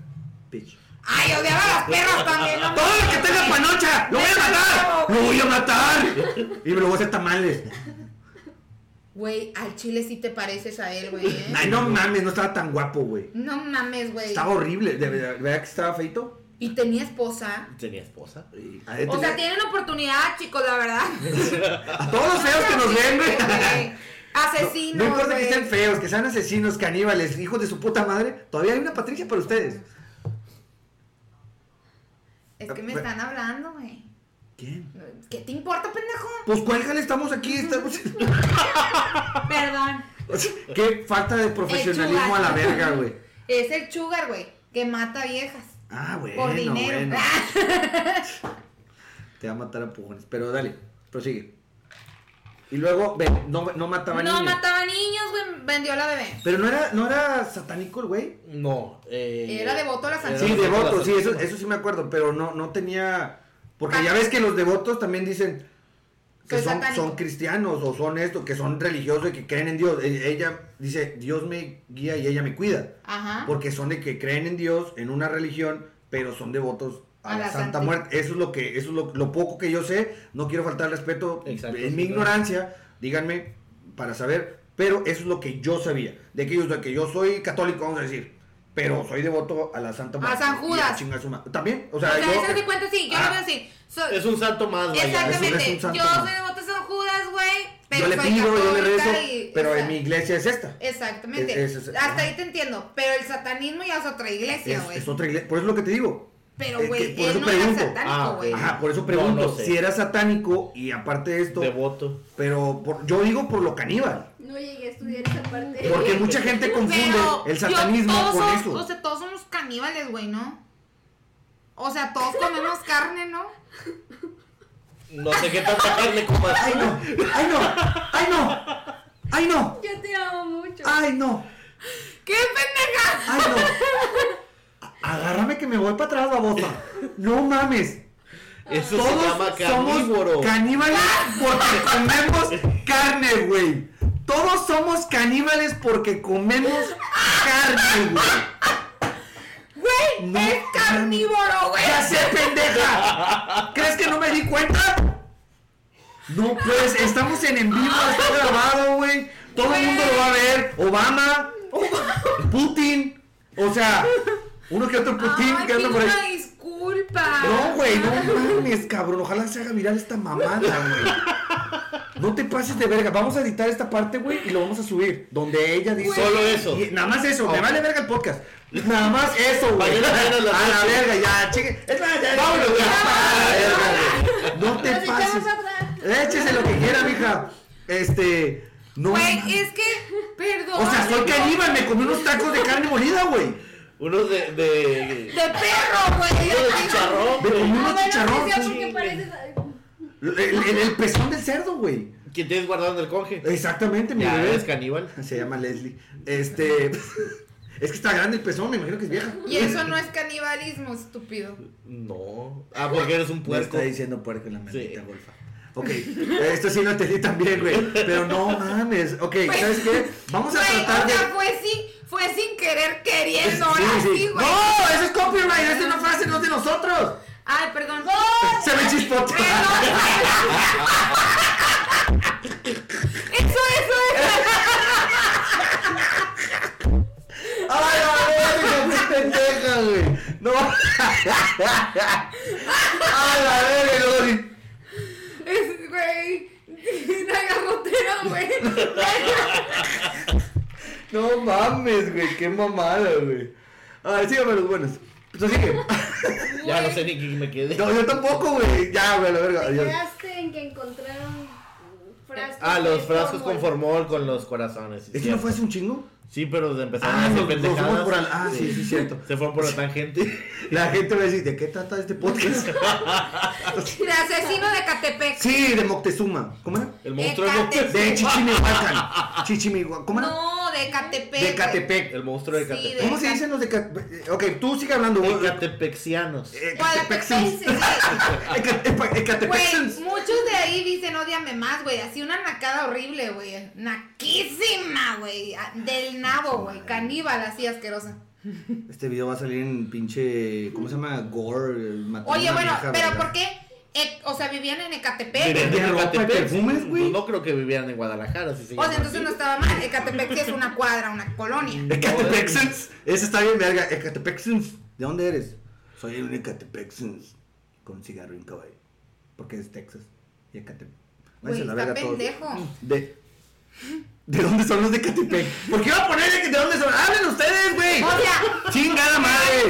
A: Pitch.
B: Ay, odiaba a las perras también. no
A: Todo lo que
B: mames,
A: tenga
B: güey.
A: panocha, lo voy a
B: Vete al
A: matar.
B: huevo,
A: Lo voy a matar. Y me lo voy a hacer tamales.
B: Eh. Güey, al chile sí te pareces a él, güey. ¿eh?
A: Ay, no mames, no estaba tan guapo, güey.
B: No mames, güey.
A: Estaba horrible. ¿De verdad, ¿verdad que estaba feito?
B: Y tenía esposa.
C: Tenía esposa.
A: Y- ha de
B: O
A: tener-
B: sea, tienen oportunidad, chicos,
A: [laughs]
B: la verdad.
A: a todos los feos que nos ven, güey. [laughs]
B: Asesinos.
A: No, no importa que
B: güey.
A: estén feos, que sean asesinos, caníbales, hijos de su puta madre, todavía hay una Patricia para ustedes.
B: Es que me están hablando, güey.
A: ¿Quién?
B: ¿Qué te importa, pendejo?
A: Pues cuélgale, estamos aquí, estamos.
B: Perdón.
A: [laughs] O sea, Qué falta de profesionalismo a la verga, güey.
B: Es el sugar, güey, que mata viejas.
A: Ah, bueno,
B: por dinero. [laughs]
A: bueno.
B: Ah,
A: Te va a matar a pujones, pero dale, prosigue. Y luego, ve, no, no mataba
B: no
A: niños.
B: mataba niños, güey. Vendió la bebé.
A: Pero no era, no era satánico el güey.
C: No. eh,
B: Era devoto a la Santísima.
A: Sí,
B: Era
A: devoto, sí, eso,
C: Santísima.
A: eso sí me acuerdo, pero no, no tenía. Porque
B: Ah.
A: ya ves que los devotos también dicen que
B: Soy
A: son,
B: satánico.
A: son cristianos o son esto, que son religiosos y que creen en Dios. E- Ella dice, Dios me guía y ella me cuida.
B: Ajá.
A: Porque son de que creen en Dios, en una religión, pero son devotos a, la, Santa
B: Santi-
A: Muerte. Eso es lo que, eso es lo, lo poco que yo sé. No quiero faltar al respeto.
C: Exacto,
A: en
C: sí,
A: mi
C: claro.
A: ignorancia, díganme para saber. Pero eso es lo que yo sabía. De que ellos, de que yo soy católico, vamos a decir. Pero soy devoto a la Santa
B: A
A: Muerte.
B: San
A: y
B: Judas.
A: chinga su ma- También. O
B: O
A: sea,
B: sea,
A: yo-
B: eso te cuento, sí. Yo
A: Ah.
B: lo veo así. So-
C: Es un santo más, vaya.
A: es un-
B: Exactamente.
A: es un santo
B: Yo
A: más.
B: soy devoto a San Judas, güey. Pero
A: yo le
B: soy
A: pido, yo le
B: católica
A: rezo.
B: y-
A: Pero en
B: exact-
A: mi iglesia es esta.
B: Exactamente.
A: Es- es- es-
B: Hasta
A: ah.
B: ahí te entiendo. Pero el satanismo ya es otra iglesia,
A: Es,
B: güey.
A: es otra iglesia. Por eso es lo que te digo.
B: Pero,
A: es que
B: güey,
A: por
B: él
A: eso
B: no
A: pregunto.
B: era
C: Ah,
B: satánico,
C: ok.
B: güey.
A: Ajá, por eso
C: No,
A: pregunto.
C: no sé.
A: Si era satánico y aparte de esto.
C: Devoto.
A: Pero por- yo digo por lo caníbal.
D: No llegué a estudiar esa
B: Eh,
D: parte.
A: Porque mucha gente confunde
B: Pero
A: el
B: yo-
A: satanismo
B: todos
A: con
B: somos-
A: eso.
B: O sea, todos somos caníbales, güey, ¿no? O sea, todos comemos carne, ¿no?
C: No sé qué tanta carne comas.
A: ¡Ay no! ¡Ay no! ¡Ay no! ¡Ay no!
D: [laughs]
A: Ah,
D: Yo te amo mucho.
A: ¡Ay no!
B: ¡Qué pendeja!
A: ¡Ay no! A- Agárrame que me voy para atrás, babosa. No mames.
C: Eso se llama
A: Todos
C: carnívoro.
A: somos caníbales
B: [laughs]
A: porque comemos carne, güey. Todos somos caníbales porque comemos carne, güey.
B: ¡Güey!
A: No.
B: ¡Es carnívoro, güey!
A: ¡Ya sé, pendeja! ¿Crees que no me di cuenta? No, pues, estamos en en vivo, está grabado, güey. Todo el mundo lo va a ver. Obama, Putin. O sea, uno que otro Putin
B: Ay,
A: que anda
B: pido
A: por ahí.
B: una disculpa.
A: No, güey, no mames, cabrón. Ojalá se haga viral esta mamada, güey. No te pases de verga. Vamos a editar esta parte, güey, y lo vamos a subir. Donde ella dice.
C: Solo eso.
A: Y- nada más eso.
C: Ok.
A: Me vale verga el podcast. Nada más eso, güey. A
C: Mañana vienen las
A: la
C: ocho.
A: verga, ya, chingue. Es más, ya.
C: Vámonos,
A: ya,
C: ya.
A: para la verga, güey. No te
D: Nos
A: pases.
D: echamos atrás.
A: Échese lo que quiera, mija. Este. No.
B: Güey, es que, perdón.
A: O sea, soy
B: amigo.
A: caníbal. Me comí unos tacos de carne molida, güey.
C: Uno de.
B: De
C: de...
B: perro, güey.
C: Uno de chicharrón,
A: Me comí
C: güey.
A: unos
D: no
A: chicharrones.
D: sea porque pareces.
A: El, el- el pezón del cerdo, güey.
C: Que tienes guardado en el conje.
A: Exactamente, mi
C: Ya
A: bebé.
C: eres caníbal.
A: Se llama Leslie. Este. [laughs] es que está grande el pezón, me imagino que es vieja.
B: Y eso no es canibalismo, estúpido.
C: No. Ah, porque eres un
A: Me
C: puerco.
A: está diciendo puerco en la maldita
C: Sí.
A: golfa. Ok, esto sí lo entendí también, güey. Pero no mames. Ok, ¿sabes qué? Vamos a
B: Güey,
A: tratar
B: o
A: de.
B: sea, fue sin, fue sin querer queriendo, ahora
A: Sí, sí.
B: sí, güey.
A: ¡No! ¡Eso es copyright! ¡Esa es una frase, no es de nosotros!
B: Ay, perdón.
A: ¡Se me chispoteó!
B: Perdón. Eso, eso, eso.
A: [laughs] ¡Ay, la verga! ¡Qué pendeja, güey! ¡No! [laughs] ¡Ay, la verga! y luego así.
B: Es, güey. Una garrotera, güey.
A: No mames, güey, qué mamada, güey. A ver, síganme los buenos. Pues así
B: [laughs]
A: que.
C: Ya no sé ni qué me quedé.
A: No, yo tampoco, güey. Ya, güey, la verga.
D: Te
A: adiós.
D: quedaste en que encontraron frascos.
C: Ah, los
D: de
C: frascos con
D: formol.
C: formol con los corazones. sí,
A: ¿Eso no fue
C: cierto.
A: hace un chingo?
C: Sí, pero se empezaron
A: Ah,
C: a hacer
A: nos- nos fuimos
C: pendejadas.
A: por al- ah, sí, sí, cierto.
C: Se fueron por la tangente.
A: La gente va a decir, ¿de qué trata este
B: [laughs]
A: podcast?
B: De asesino de Catepec.
A: sí, de Moctezuma. ¿Cómo era?
C: El monstruo de
B: Ecate.
C: Moctezuma.
A: De Chichimihuacán. Chichimihuacán. ¿Cómo era?
B: No, de Catepec.
A: de Catepec.
C: El monstruo de
B: Sí,
C: Catepec.
B: de-
A: ¿Cómo se dicen los de Catepec? Ok, tú sigue hablando. vos.
C: Catepexianos.
A: Eh,
B: Guadalupecenses,
A: Catepexis. Ecatepe-
B: Güey,
A: Ecatepexens.
B: muchos de ahí dicen odiame más, güey. Así una nacada horrible, güey. Naquísima, güey. Ah, Del nabo, güey. Caníbal, así asquerosa.
A: Este video va a salir en pinche. ¿Cómo se llama? Gore. eh, mató a
B: Oye,
A: una
B: bueno,
A: vieja,
B: pero
A: ¿verdad?
B: ¿por qué? Eh, o sea, vivían en
C: Vivían
B: Ecatepec.
A: Vivían- ¿Vendían
C: en
A: ropa y
C: Ecatepec.
A: perfumes, güey?
C: No creo que vivieran en Guadalajara. Si se
B: O
C: llama
B: sea, entonces
C: así.
B: no estaba mal. Ecatepec sí es una cuadra, una
A: Mm.
B: colonia.
A: Ecatepexens. Ese está bien, verga. Ecatepexens. ¿De dónde eres? Soy un Ecatepexens. Con cigarro y un caballo. Porque es Texas. Y Ecatepec.
B: Güey,
A: Váyanse a la
B: está
A: verga todos.
B: pendejo.
A: De. ¿De dónde son los de Catepec? ¿Por qué iba a poner de que de dónde son? ¡Hablen ustedes, güey!
B: O sea,
A: ¡Chingada
B: Entonces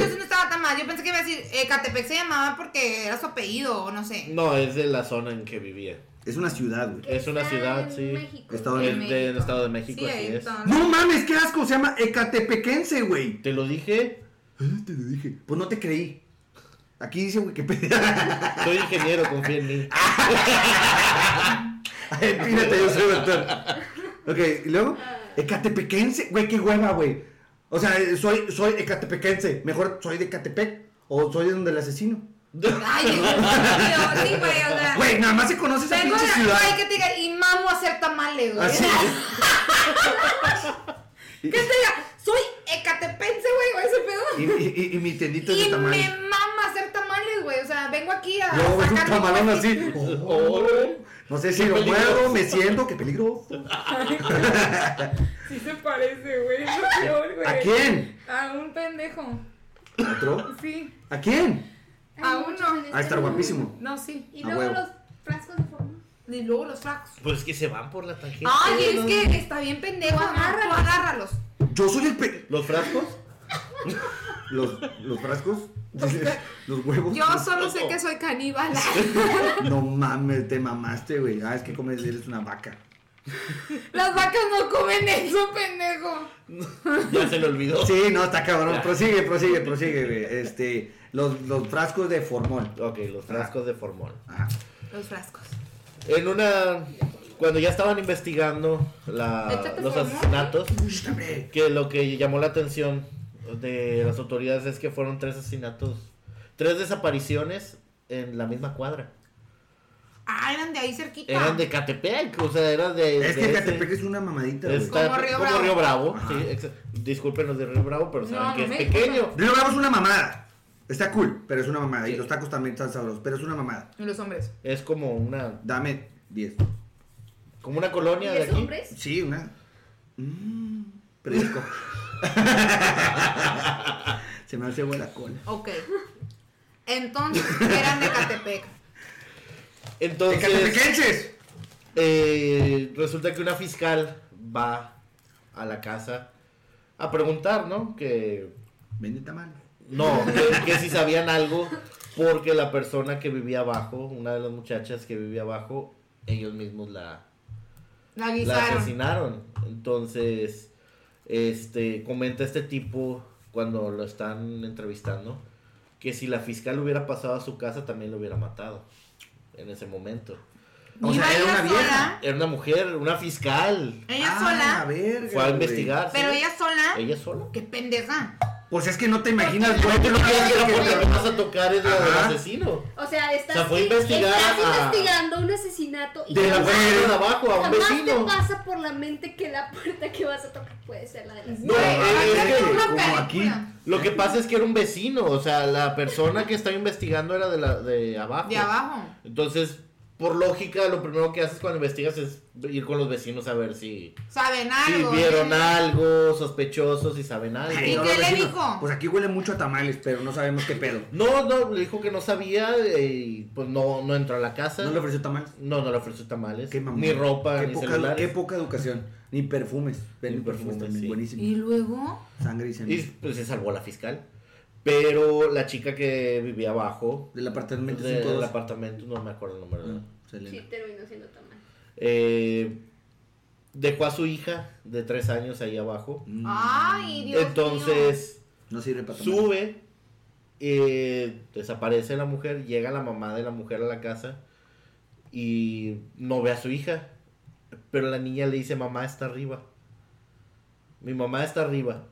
A: [laughs] madre!
B: no estaba tan mal. Yo pensé que iba a decir eh, Catepec se llamaba porque era su apellido o
A: [laughs]
B: no sé.
C: No, es de la zona en que vivía.
A: Es una ciudad, güey.
C: Es una
D: Está
C: ciudad,
D: en
C: sí.
D: México.
A: Estado de-
C: Es del Estado de México,
B: Sí,
C: así
B: ahí
C: es.
B: está.
A: ¡No mames, qué asco! Se llama Ecatepequense, güey.
C: Te lo dije,
A: Ah, Te lo dije. Pues no te creí. Aquí dice [laughs] Wikipedia.
C: soy ingeniero, confía en mí.
A: Ay, Pírate, yo soy doctor. Ok, ¿y luego?
B: Ah.
A: Ecatepequense. Güey, qué hueva, güey. O sea, eh, soy, soy ecatepequense. Mejor soy de Catepec. O soy de donde el asesino.
B: Ay, Dios mío, sí, güey, o sea.
A: Güey, nada más se conoce esa
B: Vengo
A: pinche
B: de
A: ciudad. Ah,
B: güey, que te diga, y mamo a hacer tamales, güey.
A: Así es.
B: Que te diga, soy ecatepense, güey, o ese pedo.
A: Y, y- y- y mi tendita es
B: Y
A: de
B: me
A: tamaño.
B: mama hacer tamales, güey. O sea, vengo aquí a.
A: Luego ves un
B: sacar mi
A: tamalón
B: cuerpo.
A: así.
C: Oh.
A: No sé si
C: Qué
A: lo
C: peligroso.
A: muevo, me siento, qué peligro.
B: [laughs] Sí se parece, güey. Es lo peor, güey.
A: ¿A quién?
B: A un pendejo.
A: ¿Otro?
B: Sí.
A: ¿a quién?
D: Hay
B: A
D: muchos
B: uno.
D: en este
A: A estar
D: mundo.
A: guapísimo.
B: No, sí.
D: Y
A: A
D: luego
A: huevo.
D: los frascos de forma.
B: Y luego los flacos.
C: Pues es que se van por la tangente.
B: Ay, es
C: ¿no?
B: que está bien pendejo. Agárralos. Agárralos.
A: Yo soy el pe...
C: ¿Los frascos?
A: ¿Los, los frascos? [laughs] ¿Los huevos?
B: Pues, Yo solo sé que soy caníbal.
A: [laughs]
C: [laughs]
A: No mames, te mamaste, güey. Ah, es que comes, eres una vaca.
B: [laughs] Las vacas no comen eso, pendejo.
C: [laughs] Ya se le olvidó.
A: Sí, no, está cabrón. Prosigue, prosigue, prosigue, güey. Este, los, los frascos de formol.
C: Ok, los frascos de formol.
A: Ah,
B: Los frascos.
C: En una. Cuando ya estaban investigando la,
B: Échate
C: los
B: formol, ¿eh?
C: asesinatos,
A: sh, hombre.
C: que lo que llamó la atención de las autoridades es que fueron tres asesinatos, tres desapariciones en la misma cuadra.
B: Ah, eran de ahí cerquita.
C: Eran de Catepec, o sea, era de.
A: Es
C: de
A: que
C: ese-
A: Catepec es una mamadita, güey.
C: está-
B: Como Río
C: como
B: Bravo.
C: Río Bravo,
A: Ajá.
C: sí, exa- Disculpen los de Río Bravo, pero saben
B: No,
C: que
B: no
C: es
B: me
C: pequeño.
B: disculpan.
A: Río Bravo es una mamada. Está cool, pero es una mamada. Y
C: Sí.
A: los tacos también están sabrosos, pero es una mamada.
B: Y los hombres.
C: Es como una,
A: Dame 10.
C: como una
D: ¿Y
C: colonia de
D: los
C: aquí.
D: hombres?
A: Sí, una. Mmm. Fresco. [laughs] Se me hace buena cola.
B: Ok. Entonces, eran de Catepec.
C: Entonces,
A: ¡Ecatepequenses!
C: eh, resulta que una fiscal va a la casa a preguntar, ¿no? Que
A: Vende tamal.
C: No, que, que si sabían algo, porque la persona que vivía abajo, una de las muchachas que vivía abajo, ellos mismos la,
B: La
C: la
B: guisaron.
C: asesinaron. Entonces, este, comenta este tipo cuando lo están entrevistando, que si la fiscal hubiera pasado a su casa, también lo hubiera matado en ese momento.
A: O
B: Iba
A: sea, era
B: ella
A: una vieja.
B: sola.
C: Era una mujer, una fiscal.
B: Ella
A: Ah, la
B: sola.
A: verga,
C: Fue a
A: güey.
C: investigar.
B: Pero
C: ¿sí?
B: ella sola.
C: Ella sola.
B: Qué pendeja.
A: Pues es que no te imaginas, güey.
C: Porque
A: que
C: lo
A: no
C: que
A: hagas
C: ella
A: que-
C: porque lo vas a tocar es la del
A: Ajá.
C: asesino.
D: O sea, estás,
C: O sea, fue investigar
D: estás
C: a-
D: investigando un asesinato y
C: De la
D: jamás-
C: mujer de abajo a un
D: jamás
C: vecino.
D: te pasa por la mente que la puerta que vas a tocar puede ser la de las...
B: No,
C: eh, eh,
A: como aquí.
C: Lo que pasa es que era un vecino, o sea, la persona que estaba investigando era de la de abajo.
B: De abajo.
C: Entonces, por lógica, lo primero que haces cuando investigas es ir con los vecinos a ver si,
B: Saben
C: si
B: algo.
C: vieron
B: ¿eh?
C: algo sospechoso, si saben algo.
A: Ay,
B: ¿Y
A: no,
B: qué
A: los
B: le
A: vecinos.
B: dijo?
A: Pues aquí huele mucho a tamales, pero no sabemos qué pedo.
C: No, no, le dijo que no sabía eh, y pues no, no entró a la casa.
A: ¿No le ofreció tamales?
C: No, no le ofreció tamales,
A: Qué mamón.
C: ni ropa,
A: Qué
C: ni
A: poca-
C: celular.
A: Qué poca educación. Ni perfumes. Venden
C: Ni
A: perfumes
C: perfumes,
A: también.
C: sí.
A: Buenísimo.
B: Y luego.
A: Sangre y
C: Y
A: semen.
C: pues se salvó la fiscal. Pero la chica que vivía abajo,
A: Del apartamento
C: de- del
A: 52.
C: apartamento, no me acuerdo el número.
A: Ah,
C: ¿verdad?
A: Selena.
D: Sí, terminó siendo tan mal.
C: Eh, dejó a su hija de tres años ahí abajo.
A: Mm,
B: Ah. Ay, Dios
C: Entonces,
A: No sirve para tomar.
C: Sube, eh, desaparece la mujer, llega la mamá de la mujer a la casa y no ve a su hija. Pero la niña le dice, mamá está arriba. Mi mamá está arriba.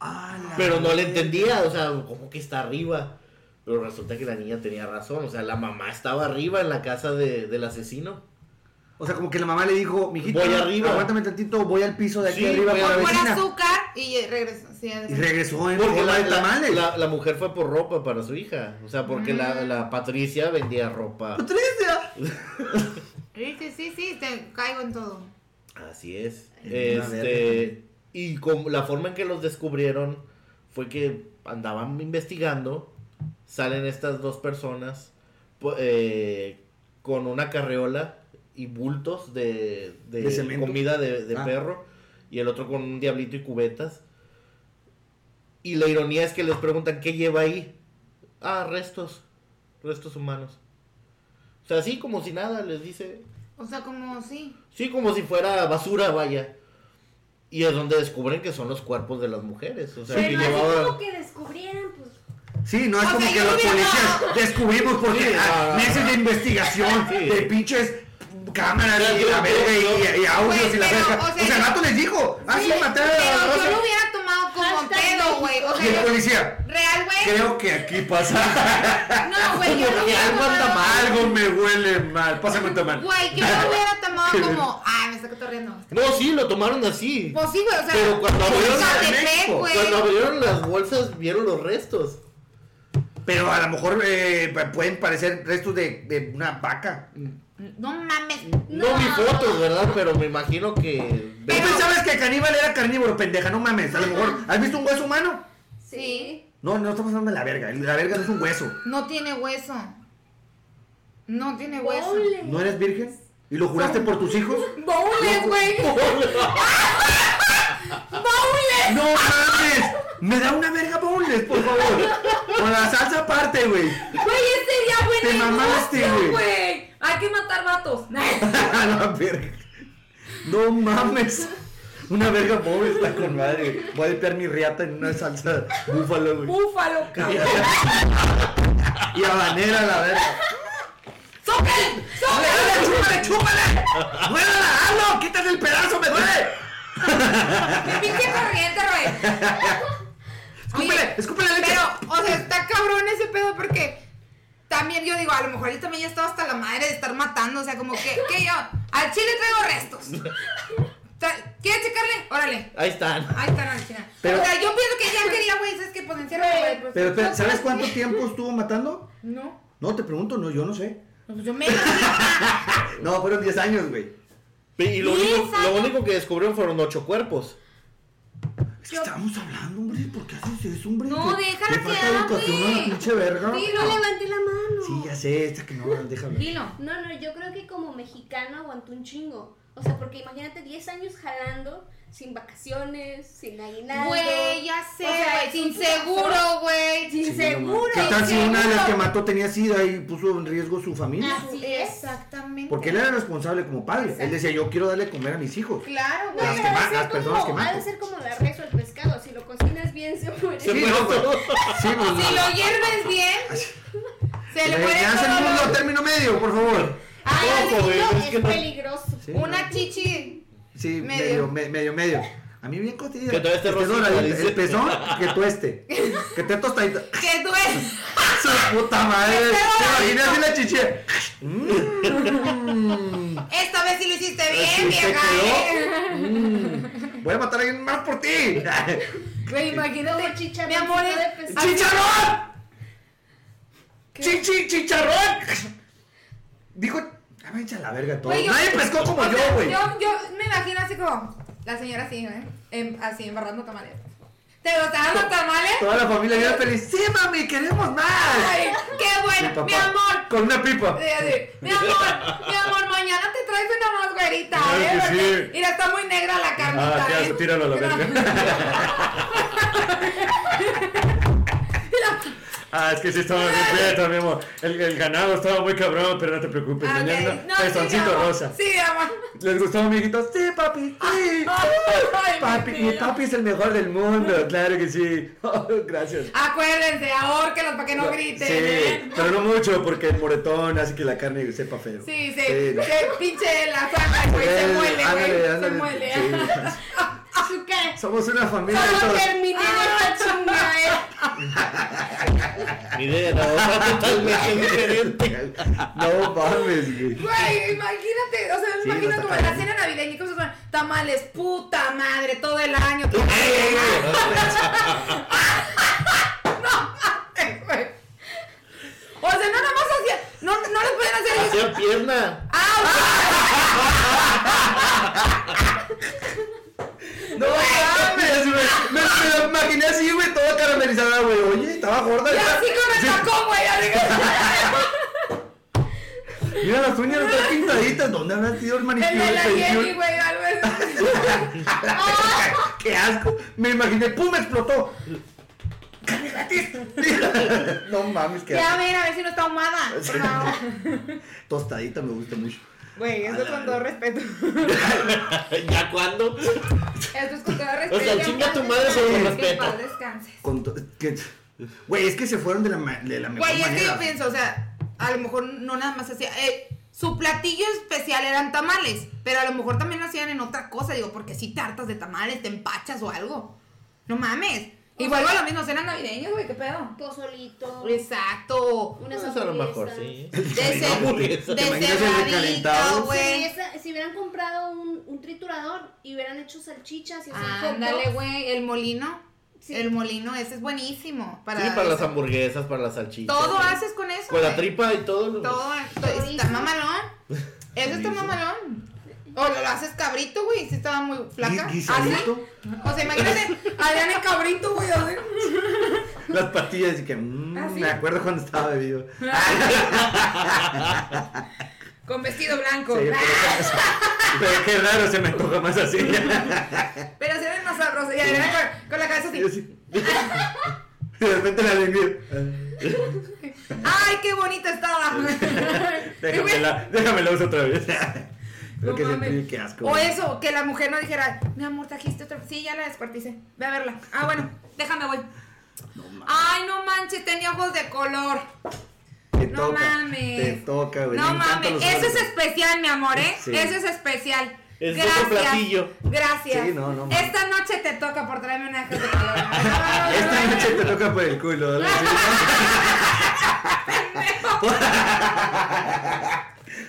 A: Ah, la
C: Pero no le
A: madre.
C: entendía, o sea, ¿cómo que está arriba? Pero resulta que la niña tenía razón, o sea, la mamá estaba arriba en la casa de- del asesino.
A: O sea, como que la mamá le dijo, mijito,
C: Voy arriba.
A: aguántame tantito, voy al piso de aquí
C: Sí,
A: arriba
C: voy
B: mío.
A: con la
B: Por, por
A: vecina.
B: azúcar y regresó. Sí, ya-
A: Y regresó en
C: Porque
A: forma
C: la,
A: de tamales.
C: la- la mujer fue por ropa para su hija, o sea, porque la, la Patricia vendía ropa.
A: Patricia.
B: Sí, sí, sí, sí, te caigo en todo.
C: Así es.
A: En una verga.
C: Este, y con la forma en que los descubrieron fue que andaban investigando, salen estas dos personas po- eh, con una carreola y bultos de, de
A: ¿De cemento?
C: comida de, de
A: Ah.
C: perro y el otro con un diablito y cubetas. Y la ironía es que les preguntan qué lleva ahí. Ah, restos, restos humanos. O sea, así como si nada, les dice,
B: O sea, como sí.
C: Sí, como si fuera basura, vaya. Y es donde descubren que son los cuerpos de las mujeres. O sea, que
D: Pero así
C: llevaba...
D: como que descubrieran, pues.
A: Sí, no es
B: O
A: como
B: sea,
A: que
B: yo
A: los
B: hubiera-
A: policías descubrimos porque
C: Sí,
A: ah,
C: ah,
A: meses de investigación,
C: Sí.
A: de pinches cámaras
C: Sí,
A: y la
C: yo-
A: verga
C: yo-
A: y, y audios
B: Pues,
A: y la
B: pero,
A: verga.
B: o sea,
A: O sea, el
B: yo-
A: vato les dijo, ah, sí, maté a
B: Pero
A: la
B: yo lo
A: raza.
B: hubiera tomado como
D: Hashtag
B: pedo, güey. O
A: Y el
B: sea, yo-
A: policía,
B: real, güey.
A: creo que aquí pasa
B: [laughs] No, güey, yo lo
A: porque
B: hubiera
A: algo anda
B: tomado-
A: mal, algo me huele mal. Pásame tu mano.
B: Güey, yo lo hubiera
A: [laughs]
B: tomado como. Ay, me está cotorreando.
C: No, sí, lo tomaron así.
B: Pues sí, güey, o sea.
C: Pero cuando abrieron la
B: Zacatepec,
A: de México,
B: güey.
C: Cuando abrieron las bolsas, vieron los restos.
A: Pero a lo mejor eh, pueden parecer restos de, de una vaca.
B: No mames.
C: No,
D: No.
C: vi fotos, ¿verdad? Pero me imagino que...
A: ¿Tú
C: [laughs]
A: pensabas que caníbal era carnívoro, pendeja? No mames, a lo mejor. ¿Has visto un hueso humano?
D: Sí.
A: No, no estamos hablando de la verga. La verga no es un hueso.
B: No tiene hueso. No tiene hueso.
D: Doble.
A: ¿No eres virgen? ¿Y lo juraste por tus hijos?
B: Bowles, güey. Bowles.
A: ¡No mames! ¡Me da una verga boneless, por favor! Con la salsa aparte, güey. [laughs]
B: Güey, ese día buen
A: Te mamaste,
B: negocio,
A: güey.
B: güey. Hay que matar vatos. [laughs]
A: A la verga. ¡No mames! Una verga boneless está con madre. Voy a limpiar mi riata en una salsa búfalo, güey.
B: Búfalo, cabrón.
A: [laughs] Y habanera, la verga.
B: ¡Soplen!
A: [laughs] ¡Dale, dale,
B: ¡Soplen!
A: chúpale, chúpale! ¡Muévela, hazlo! ¡Quítate el pedazo, me duele!
B: ¡Me pinche corriente, güey!
A: ¡Escúpele,
B: Oye,
A: escúpele leche!
B: Pero, o sea, está cabrón ese pedo porque también yo digo, a lo mejor él también ya estaba hasta la madre de estar matando. O sea, como que, que yo, al chile traigo restos. Ta- ¿Quieres checarle? Órale.
C: Ahí están.
B: Ahí está la china.
A: Pero-
B: o sea, yo pienso que ya quería, güey, ¿sabes qué? Pues enciérrame, güey. pues.
A: Pero, espera, ¿sabes cuánto tiempo estuvo matando?
B: No.
A: No, te pregunto, no, yo no sé.
B: No, Pues yo me. Ay,
A: No, fueron 10 años, güey.
C: Y lo
B: ¿Y
C: único,
B: esa?
C: lo único que descubrieron fueron ocho cuerpos.
A: Es que estamos hablando, hombre, ¿por qué haces eso, hombre?
B: No,
A: Te-
B: déjala
A: te falta
B: que hable.
A: educación a la pinche verga.
B: Dilo.
D: No levanté la mano.
A: Sí, ya sé, esta que no, déjame.
B: Dilo.
D: No, no, yo creo que como mexicano aguantó un chingo. O sea, porque imagínate 10 años jalando, sin vacaciones, sin aguinaldo.
B: Güey, ya sé,
D: O sea,
B: güey.
D: es
B: Sin
D: un putazo.
B: seguro, güey.
D: Sin
A: Sí, no
D: seguro.
A: mames. ¿Qué tal si una de las que
B: seguro.
A: mató tenía sida y puso en riesgo su familia?
D: Ah. Así es.
B: Exactamente.
A: Porque él era responsable como padre. Él
D: Exacto.
A: decía, yo quiero darle comer a mis hijos.
B: Claro,
D: Güey,
A: Las
B: güey.
A: que
D: ha de
A: ma-
D: ser
A: las personas que
D: como- ha de
A: matan.
D: ser como la res o el pescado. Si lo cocinas bien, se muere.
C: Se
A: Sí,
C: fueron
A: no, güey.
C: todos. [laughs]
A: Sí, pues,
B: Si lo hierves bien, se le muere
A: Ya hace el mundo
B: todo.
A: término medio, por favor.
D: Ay,
C: Ojo,
D: el
C: güey,
D: estilo
C: es
D: es,
C: que no-
D: peligroso.
A: Sí,
B: Una chichi.
A: Sí, medio,
B: Medio.
A: me- medio, medio. A mí bien cotilla.
C: Que todavía esté rosita, dice.
A: El pezón
C: [laughs]
A: que tueste. Que te tostadito.
B: Que duele.
A: Su puta madre.
B: Que esté doradito.
A: ¿Te imaginas si la chiché? Mm.
B: Esta vez sí lo hiciste bien,
A: Así se
B: vieja. ¿eh?
A: quedó. Mm. Voy a matar a alguien más por
B: [laughs]
A: ti.
B: Güey, imagínate.
D: Como chicharrón,
B: Mi amor,
D: de
B: es-
D: pescado.
A: ¡Chicharrón! ¡Chichi, chicharrón! Dijo. Ah, vaya a la verga todo.
B: Güey, yo-
A: Nadie pescó como
B: o
A: yo,
B: sea,
A: güey.
B: Yo, yo me imagino así como la señora así, ¿eh? Em- así, embarrando tamales. ¿Te gustaban los tamales?
A: Toda la familia bien feliz. ¡Sí, mami! ¡Queremos más!
B: Ay, ¡Qué
A: Mi
B: bueno!
A: papá,
B: ¡Mi amor! Eh.
A: Con una pipa.
B: Sí, así, Mi amor, mi amor, mañana te traes una más güerita,
A: Claro
B: ¿eh?
A: que
B: Porque,
A: sí.
B: Mira, está muy negra la carnita,
A: Ah, ¿qué hace?
B: ¿eh?
A: Tíralo
B: [laughs]
A: a la
B: Mira.
A: verga.
B: Mira,
A: Ah, es que sí estaba bien prieto, mi amor. El, el ganado estaba muy cabrón, pero no te preocupes.
B: Ah, ok.
A: Pues Mañana,
B: No,
A: pezoncito
B: sí, mi amor.
A: rosa.
B: Sí, mi amor.
A: ¿Les gustó, amiguitos? Sí, papi,
B: Ah,
A: sí.
B: Ay,
A: Papi,
B: mi
A: mi
B: cielo.
A: papi es el mejor del mundo, claro que sí. [laughs] Oh, Gracias.
B: Acuérdense, ahórquenlos para que no griten.
A: Sí,
B: ¿eh?
A: pero no mucho porque el moretón hace que la carne sepa feo.
B: Sí, se,
A: no.
B: se pinche la saca, güey, se
A: Ándale,
B: muele,
A: ándale,
B: güey, se
A: ándale,
B: muele. [laughs]
A: sí. [laughs]
D: ¿Su qué?
A: Somos una familia de
D: Solo
A: todos.
D: terminé
B: Ah.
D: de
A: Ah.
D: esta
B: ¿eh?
D: chingadera.
C: Mi idea era otra totalmente diferente.
A: [laughs] No mames, güey.
B: Güey, imagínate, o sea, me
A: Sí, no
B: imagino
A: está
B: como en la
A: cabrón.
B: cena navideña y cosas como, tamales, puta madre, todo el año. todo el
C: Ey,
B: año".
C: güey.
B: Güey. O sea, no nomás hacía, no, no les pueden hacer eso. Ah,
C: Hacía
B: [laughs]
C: pierna. [laughs]
A: No mames, güey. Me, me la imaginé así, güey, toda caramelizada, güey. Oye, estaba gorda.
B: Y
A: ya.
B: así como el
A: Sí.
B: tacón, güey, así
A: [laughs]
B: como-
A: Mira las uñas, están pintaditas. ¿Dónde habrá sido el manicure?
B: el de la
A: el pedicure?
B: Jenny, güey, algo así.
A: [laughs] ¡Qué asco! Me imaginé, ¡pum! explotó. [laughs] no mames, qué
B: Ya
A: asco.
B: ven, a ver si no está ahumada. Por favor.
A: Tostadita me gusta mucho.
B: Güey, esto es con todo respeto.
C: ¿Ya cuándo?
B: Esto es con todo respeto.
C: O sea, chinga tu madre, pero con
B: Que en
C: respeto.
B: paz descanses.
A: Con to- que- Güey, es que se fueron de la, ma- de la mejor
B: Güey, es que
A: manera.
B: yo pienso, o sea, a lo mejor no nada más hacía. eh, su platillo especial eran tamales, pero a lo mejor también lo hacían en otra cosa, digo, porque si tartas de tamales, te empachas o algo. No mames. Y
D: O
B: vuelvo a
D: sea-
B: lo mismo, cenas navideñas, güey, qué pedo.
D: Pozolito. [laughs]
B: Exacto.
D: Unas
C: Eso Pues a lo mejor, sí. ¿eh?
B: De
C: hamburguesa.
A: ¿Te imaginas el
B: cerradita,
A: recalentado?
B: Ah,
D: Si,
B: güey.
D: hubiese- si hubieran comprado un, un triturador y hubieran hecho salchichas y así.
B: Ah, Ándale, güey, el molino.
D: Sí.
B: El molino ese es buenísimo. Para
C: Sí, para las hamburguesas, para las salchichas.
B: Todo
C: sí.
B: haces con eso.
C: Con la
B: güey.
C: tripa y todo. ¿no?
B: Todo, todo- está
D: Chorizo.
B: mamalón. Eso está
C: Chorizo.
B: mamalón. O lo, lo haces cabrito, güey, si estaba muy flaca. ¿Ah,
A: Gui- guisadito.
B: Así. O sea, imagínate, Adrián el cabrito, güey,
C: [laughs]
B: así.
A: Las pastillas y que. mm,
B: ¿Ah, sí?
A: Me acuerdo cuando estaba
B: [laughs]
A: bebido.
B: Con vestido blanco. Ah,
A: Sí, Pero qué raro se me antoja más así.
B: Pero se ven más sabrosos. Y Adrián con, con la cabeza
A: [laughs] Yo
B: así.
A: sí. [laughs] De repente la lengua.
B: ¡Ay, qué bonita
C: [laughs]
B: estaba! Y, güey,
A: Déjamela, déjamela uso otra vez. Lo
B: no
A: que
B: mames.
A: sentí, qué asco.
B: O
A: güey.
B: eso, que la mujer no dijera, mi amor, trajiste otra. Sí, ya la descuarticé. Ve a verla.
A: [laughs]
B: Ah, bueno, déjame, voy. Ay, no manches, tenía ojos de color.
A: Te
B: No
A: toca,
B: mames.
A: Te toca, güey.
B: No
A: me encantan
B: mames,
A: los
B: eso es
A: árboles.
B: especial, mi amor, ¿eh?
A: Sí.
B: Eso es especial.
C: Es otro
B: Gracias.
C: platillo.
B: Gracias.
A: Sí, no, no, mames.
B: Esta noche te toca por traerme una de color.
A: [laughs]
B: ¿no? [laughs]
A: Esta noche te toca por el culo. algo así,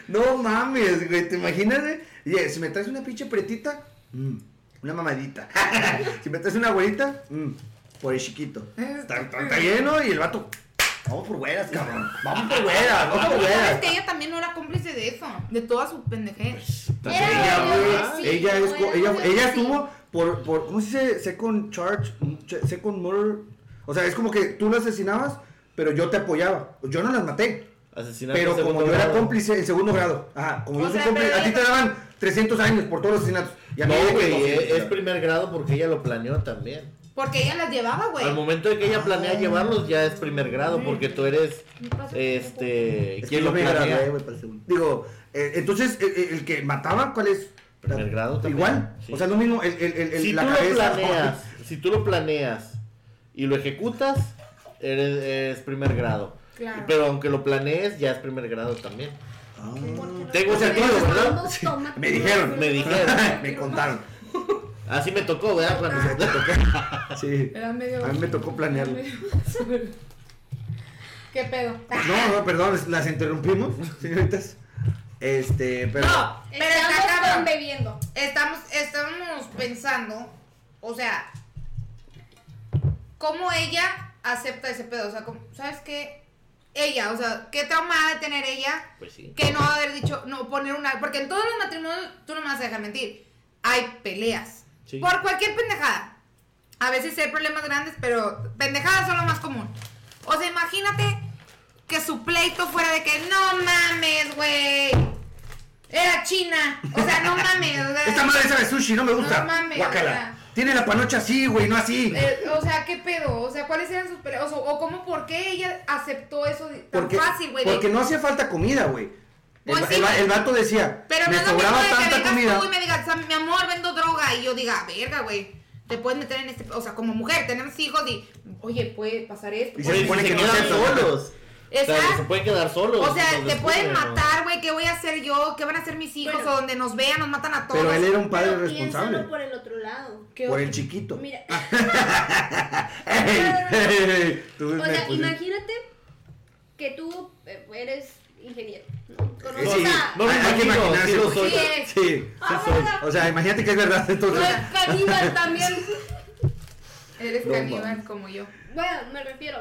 A: No No mames, güey. ¿Te imaginas, güey? Oye, si me traes una pinche pretita, mm, una mamadita. [laughs] si me traes una güerita, mm, por el chiquito.
B: Eh,
A: Está, está- está lleno y el vato. Vamos por güeras, cabrón. Vamos por güeras, vamos por
B: Pero es
A: güeras.
B: que ella también no era cómplice de eso, de toda su pendejez.
A: Ella, güey, ella, es, co- ella,
B: pues
A: ella
D: tuvo
A: estuvo por, por, ¿cómo se dice? Second charge, ch- second murder. O sea, es como que tú la asesinabas, pero yo te apoyaba. Yo no las maté,
C: Asesinato
A: pero
C: segundo
A: como yo era
C: grado.
A: cómplice en segundo grado. Ajá, como
B: O
A: yo soy
B: sea,
A: cómplice,
B: pero
A: a ti
B: ella-
A: te daban 300 años por todos los asesinatos. Y a mí
C: No,
A: me
C: güey,
A: quedó
C: es, es
A: 200, cabrón.
C: primer grado porque ella lo planeó también.
B: Porque ella las llevaba, güey. Ah.
C: Al momento de que ella planea llevarlos, ya es primer grado porque tú eres este.
A: Es que
C: ¿Quién
A: yo
C: lo
A: me gradué,
C: planea?
A: güey, para el segundo. Digo, eh, entonces, eh, eh, el, que mataba, ¿cuál es?
C: Primer grado también.
A: Igual,
C: Sí.
A: o sea, lo mismo, el, el, el, el-
C: Si tú
A: la
C: lo
A: cabeza.
C: planeas, si tú lo planeas y lo ejecutas, eres, eres primer grado.
B: Claro.
C: Pero aunque lo planees, ya es primer grado también.
A: Ah.
C: Tengo sentido, ¿verdad?
A: Sí, me dijeron.
C: Me dijeron.
A: [laughs] me contaron.
C: Así me tocó, ¿verdad? Cuando se te tocó.
A: Sí.
B: Era medio.
A: A mí me tocó planearlo.
B: ¿Qué pedo?
A: No, no, perdón, las interrumpimos, señoritas. Este, pero.
B: No, pero está
D: Estamos
B: cabrón.
D: con bebiendo.
B: estamos, estamos pensando, o sea, cómo ella acepta ese pedo. O sea, cómo- ¿sabes qué? Ella, o sea, qué traumada de tener ella
C: Pues sí.
B: que no haber dicho, no poner una. Porque en todos los matrimonios, tú no me vas a dejar mentir, hay peleas.
C: Sí.
B: Por cualquier pendejada. A veces hay problemas grandes, pero pendejadas son lo más común. O sea, imagínate que su pleito fuera de que no mames, güey. Era china. O sea, no mames. o sea,
A: [laughs] Esta madre sabe sushi, no me gusta.
B: no mames. o
A: Guácala.
B: sea,
A: Tiene la panocha así, güey, no así.
B: Eh, o sea, ¿qué pedo? O sea, ¿cuáles eran sus peleas? O, sea, o cómo, por qué ella aceptó eso de- tan
A: Porque,
B: fácil, güey? de-
A: porque no hacía falta comida, güey. El,
B: Pues
A: va-
B: sí,
A: el va-
B: güey.
A: el vato decía,
B: Pero
A: me
B: no es lo mismo
A: sobraba
B: de que
A: tanta
B: vengas
A: comida.
B: tú y me digas, "Sam, mi amor, vendo droga. Y yo diga, verga, güey. Te puedes meter en este. O sea, como mujer, tenemos hijos y. Oye, puede pasar esto.
A: Y
C: Oye,
A: se
C: si
A: supone que no
C: quedan
A: aceptan.
B: [laughs]
C: solos. O sea,
B: Exacto.
C: se pueden quedar solos.
B: O sea,
C: Los
B: te pueden
C: descubren, ¿no?
B: matar, güey. ¿Qué voy a hacer yo? ¿Qué van a hacer mis hijos?
D: Bueno.
B: o donde nos vean, nos matan a todos.
A: Pero él era un padre
D: Pero
A: responsable.
D: Piénsalo por el otro lado.
B: ¿Qué
A: Por
B: otro?
A: el chiquito.
B: [laughs]
D: Mira,
A: Ey, ey, tú
D: o
A: me
D: sea,
A: pusiste-
D: imagínate que tú eh, eres ingeniero. ¿no? Conoces
A: Sí,
D: a-
C: no me
A: hay, hay que
C: imagino,
A: imaginarse.
C: sí lo
A: güey.
C: soy.
A: Sí,
B: Sí.
A: sí
D: Ah,
B: [laughs]
A: soy.
D: ¿verdad?
A: O sea, imagínate que es verdad.
D: No,
A: Entonces,
D: es caníbal también.
B: [laughs] Eres
A: No,
B: caníbal
A: mames.
B: como yo.
D: Bueno, me refiero.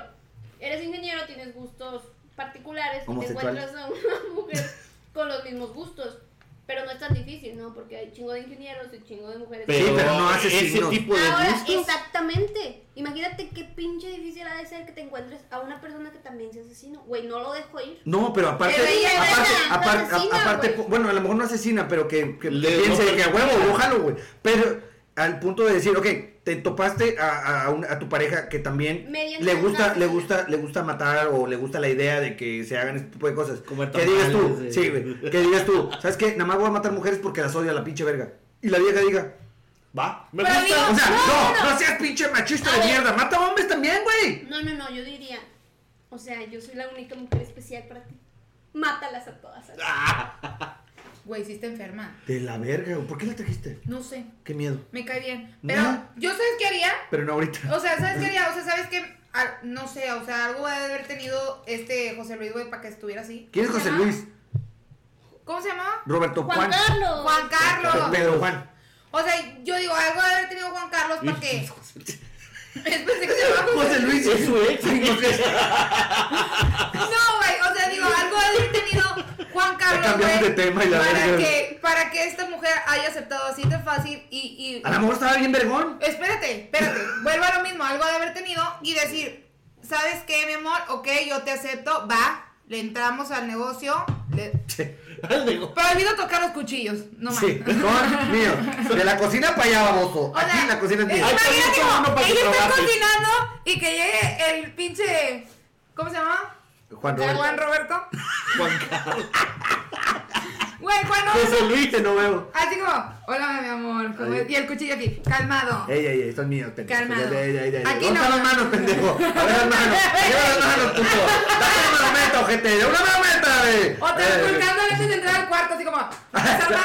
D: Eres ingeniero, tienes gustos particulares y te
A: Homosexual.
D: encuentras a una [laughs] mujer con los mismos gustos. Pero no es tan difícil, ¿no? Porque hay chingo de ingenieros y chingo de mujeres.
C: Pero,
A: pero no hace
C: ese
A: signos.
C: tipo de
D: Ahora,
C: gustos.
D: exactamente. Imagínate qué pinche difícil ha de ser que te encuentres a una persona que también sea asesino. Güey, no lo dejo ir.
A: no, pero aparte,
B: Pero ella era
A: aparte,
D: una
A: aparte,
D: asesina,
A: a- aparte,
D: güey.
A: bueno, a lo mejor no asesina, pero que, que
C: Le-
A: piense
C: no,
A: que a
C: pero-
A: huevo, ojalá, güey. Pero al punto de decir, ok, te topaste a, a, un- a tu pareja que también
D: Mediante
A: le
D: una
A: gusta, le
D: asesina.
A: gusta, le gusta matar o le gusta la idea de que se hagan este tipo de cosas.
C: Comer
A: ¿Qué digas tú?
C: tamales,
A: Sí,
C: eh.
A: güey. ¿Qué digas tú? ¿Sabes qué? Nada más voy a matar mujeres porque las odio a la pinche verga. Y la vieja diga, va.
C: Me
B: Pero
C: gusta.
B: digo-
A: O sea,
B: No,
A: no,
B: no.
A: no seas pinche machista
D: A
A: de
D: ver.
A: mierda. Mata hombres también, güey.
D: No, no, no, yo diría. O sea, yo soy la única mujer especial para ti. Mátalas a todas.
B: Güey, sí está enferma.
A: De la verga, güey. ¿Por qué la trajiste?
B: No sé.
A: Qué miedo.
B: Me cae bien. Pero,
A: No.
B: ¿yo sabes qué haría?
A: Pero no ahorita.
B: O sea, ¿sabes qué haría? O sea, ¿sabes qué? Ah, no sé, o sea, algo ha de haber tenido este José Luis, güey, para que estuviera así.
A: ¿Quién es
B: ¿Cómo se
A: José
B: llama?
A: Luis?
B: ¿Cómo se llamaba?
A: Roberto
D: Juan
A: Juan.
D: Carlos.
B: Juan
A: Pe-
B: Carlos.
A: Pedro Juan.
B: O sea, yo digo, algo ha de haber tenido Juan Carlos para que. [laughs] Es pensé que se llamaba
A: José [laughs] Luis.
C: Es su ex.
B: No, güey, o sea, digo, algo ha de haber tenido Juan Carlos.
A: Ya cambiamos
B: güey,
A: de tema y la
B: para
A: verga.
B: que, para que esta mujer haya aceptado así de fácil y. y...
A: A lo mejor estaba bien vergón.
B: Espérate, espérate, vuelvo a lo mismo, algo ha de haber tenido y decir, ¿sabes qué, mi amor? Ok, yo te acepto, va, le entramos al negocio. Le...
C: Digo,
B: Prohibido tocar los cuchillos, no más.
A: Sí,
B: [laughs]
A: con mío. De la cocina para allá, baboso.
B: O sea,
A: Aquí la cocina es mía.
C: Ay,
B: imagínate,
C: pues, yo tomo uno para que
B: ella está
C: trabajes.
B: cocinando y que llegue el pinche, ¿cómo se llama?
A: Juan Roberto.
B: Juan Roberto.
C: [laughs] Juan Carlos.
A: [laughs]
B: Güey, Juan Roberto.
A: José Luis, te no veo.
B: Así como, hola, mi amor. ¿cómo
A: Pues, Ahí. Eh,
B: es?" Y el cuchillo aquí, calmado.
A: Ey, ey, ey, son míos, pendejo.
B: Calmado.
A: Ey, ey, ey, ey.
B: Aquí
A: ¿Dónde
B: no.
A: están las manos, pendejo? A ver las manos. Lleva las manos, puto. Dame una meta, ojete. Una meta, güey.
B: O te
A: Eh,
B: inculcando antes de entrar al cuarto, así como,
A: [laughs]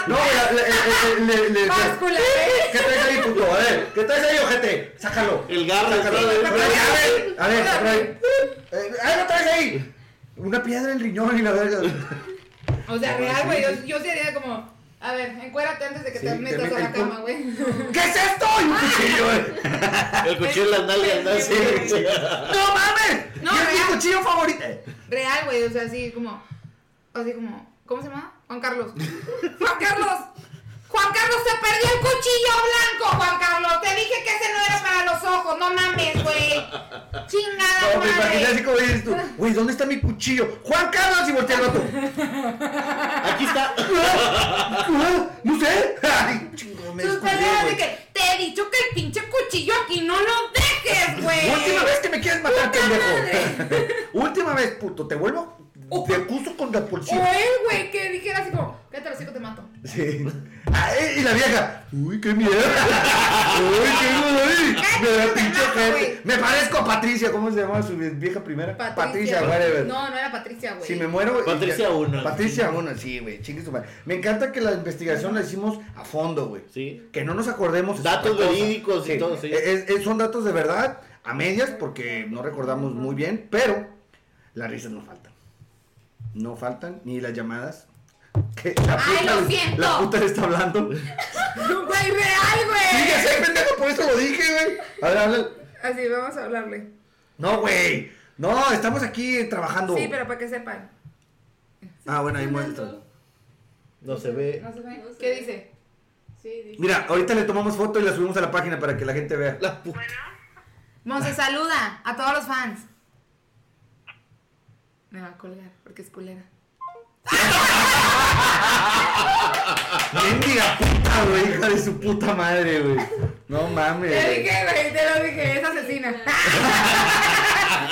A: No, le, le, le, le, le-
B: Báscula, ¿eh?
A: ¿Qué traes ahí, puto? A ver, ¿qué traes ahí, ojete? Sácalo.
C: El garra,
A: Sácalo.
C: Ah, sí,
A: A ver,
B: sí.
A: a ver, a ver. Eh, ¡Ahí lo traes ahí! Una piedra en el riñón y la verga.
B: O sea, real, güey. Yo, yo sería como, a ver, encuérate antes de que
A: Sí,
B: te metas
A: te
B: a la
A: metes
B: cama, güey. [laughs]
A: ¿Qué es esto? Y un cuchillo, eh.
C: El cuchillo en las nalgas. ¿no? Sí.
A: Sí. ¡No mames!
B: No,
A: ¡Y es
B: real.
A: mi cuchillo favorito! Eh,
B: Real, güey. O sea, así como, así como, ¿cómo se llama? Juan
A: [laughs]
B: Carlos. Juan Carlos. Juan Carlos se perdió el cuchillo blanco, Juan Carlos. Te dije que ese no era para los ojos, no mames, güey. Chingada,
A: No, me imaginé así
B: madre.
A: como dices tú. Güey, ¿dónde está mi cuchillo? ¡Juan Carlos! Y voltea el otro.
C: Aquí está.
A: ¡No sé! ¡Ay, chingón, me
B: Sus
A: descubrió,
B: peleas de
A: güey.
B: que te he dicho que el pinche cuchillo aquí no lo dejes, güey.
A: Última vez que me quieres matar,
B: Puta
A: pendejo. [laughs] Última vez, puto, te vuelvo.
B: Oh.
A: Te acuso con la
B: O
A: policía.
B: él, güey, que dijera así como, cállate los hijos, te mato.
A: Sí. Ah, eh, y la vieja. Uy, qué mierda. [laughs] Uy, qué güey. Me da
B: Cállate,
A: pinche
B: no,
A: gente.
B: güey.
A: Me parezco a Patricia. ¿Cómo se llamaba su vieja primera? Patricia,
B: güey.
A: whatever.
B: No, no era Patricia, güey.
A: Si me muero.
C: Patricia
A: una.
C: una.
A: Patricia una, sí, güey. Chingue su madre. Me encanta que la investigación la hicimos a fondo, güey.
C: Sí.
A: Que no nos acordemos. es
C: Datos
A: otra cosa.
C: verídicos y todo, sí.
A: Es- es- son datos de verdad, a medias, porque no recordamos muy bien, pero las risas no faltan. No faltan, ni las llamadas. Que la
B: Ay, lo
A: le-
B: siento.
A: La puta le está hablando.
B: Güey, real,
A: Sí, ya
B: güey.
A: sé, pendejo, por eso lo dije, güey. A ver, habla.
B: eh. Así, vamos a hablarle.
A: No, güey. No, estamos aquí trabajando.
B: Sí, pero para que sepan.
A: Ah, bueno, ahí muestra.
C: No se ve.
B: No se ve.
D: No se
B: ¿Qué
D: ve.
B: dice?
D: Sí,
A: Mira, ahorita le tomamos foto y la subimos a la página para que la gente vea.
C: La puta.
B: Monse, saluda a todos los fans. Me va a colgar porque es culera.
A: Mendiga puta, güey, hija de su puta madre, güey. No mames.
B: Te
A: güey.
B: dije, güey, te lo dije, es asesina.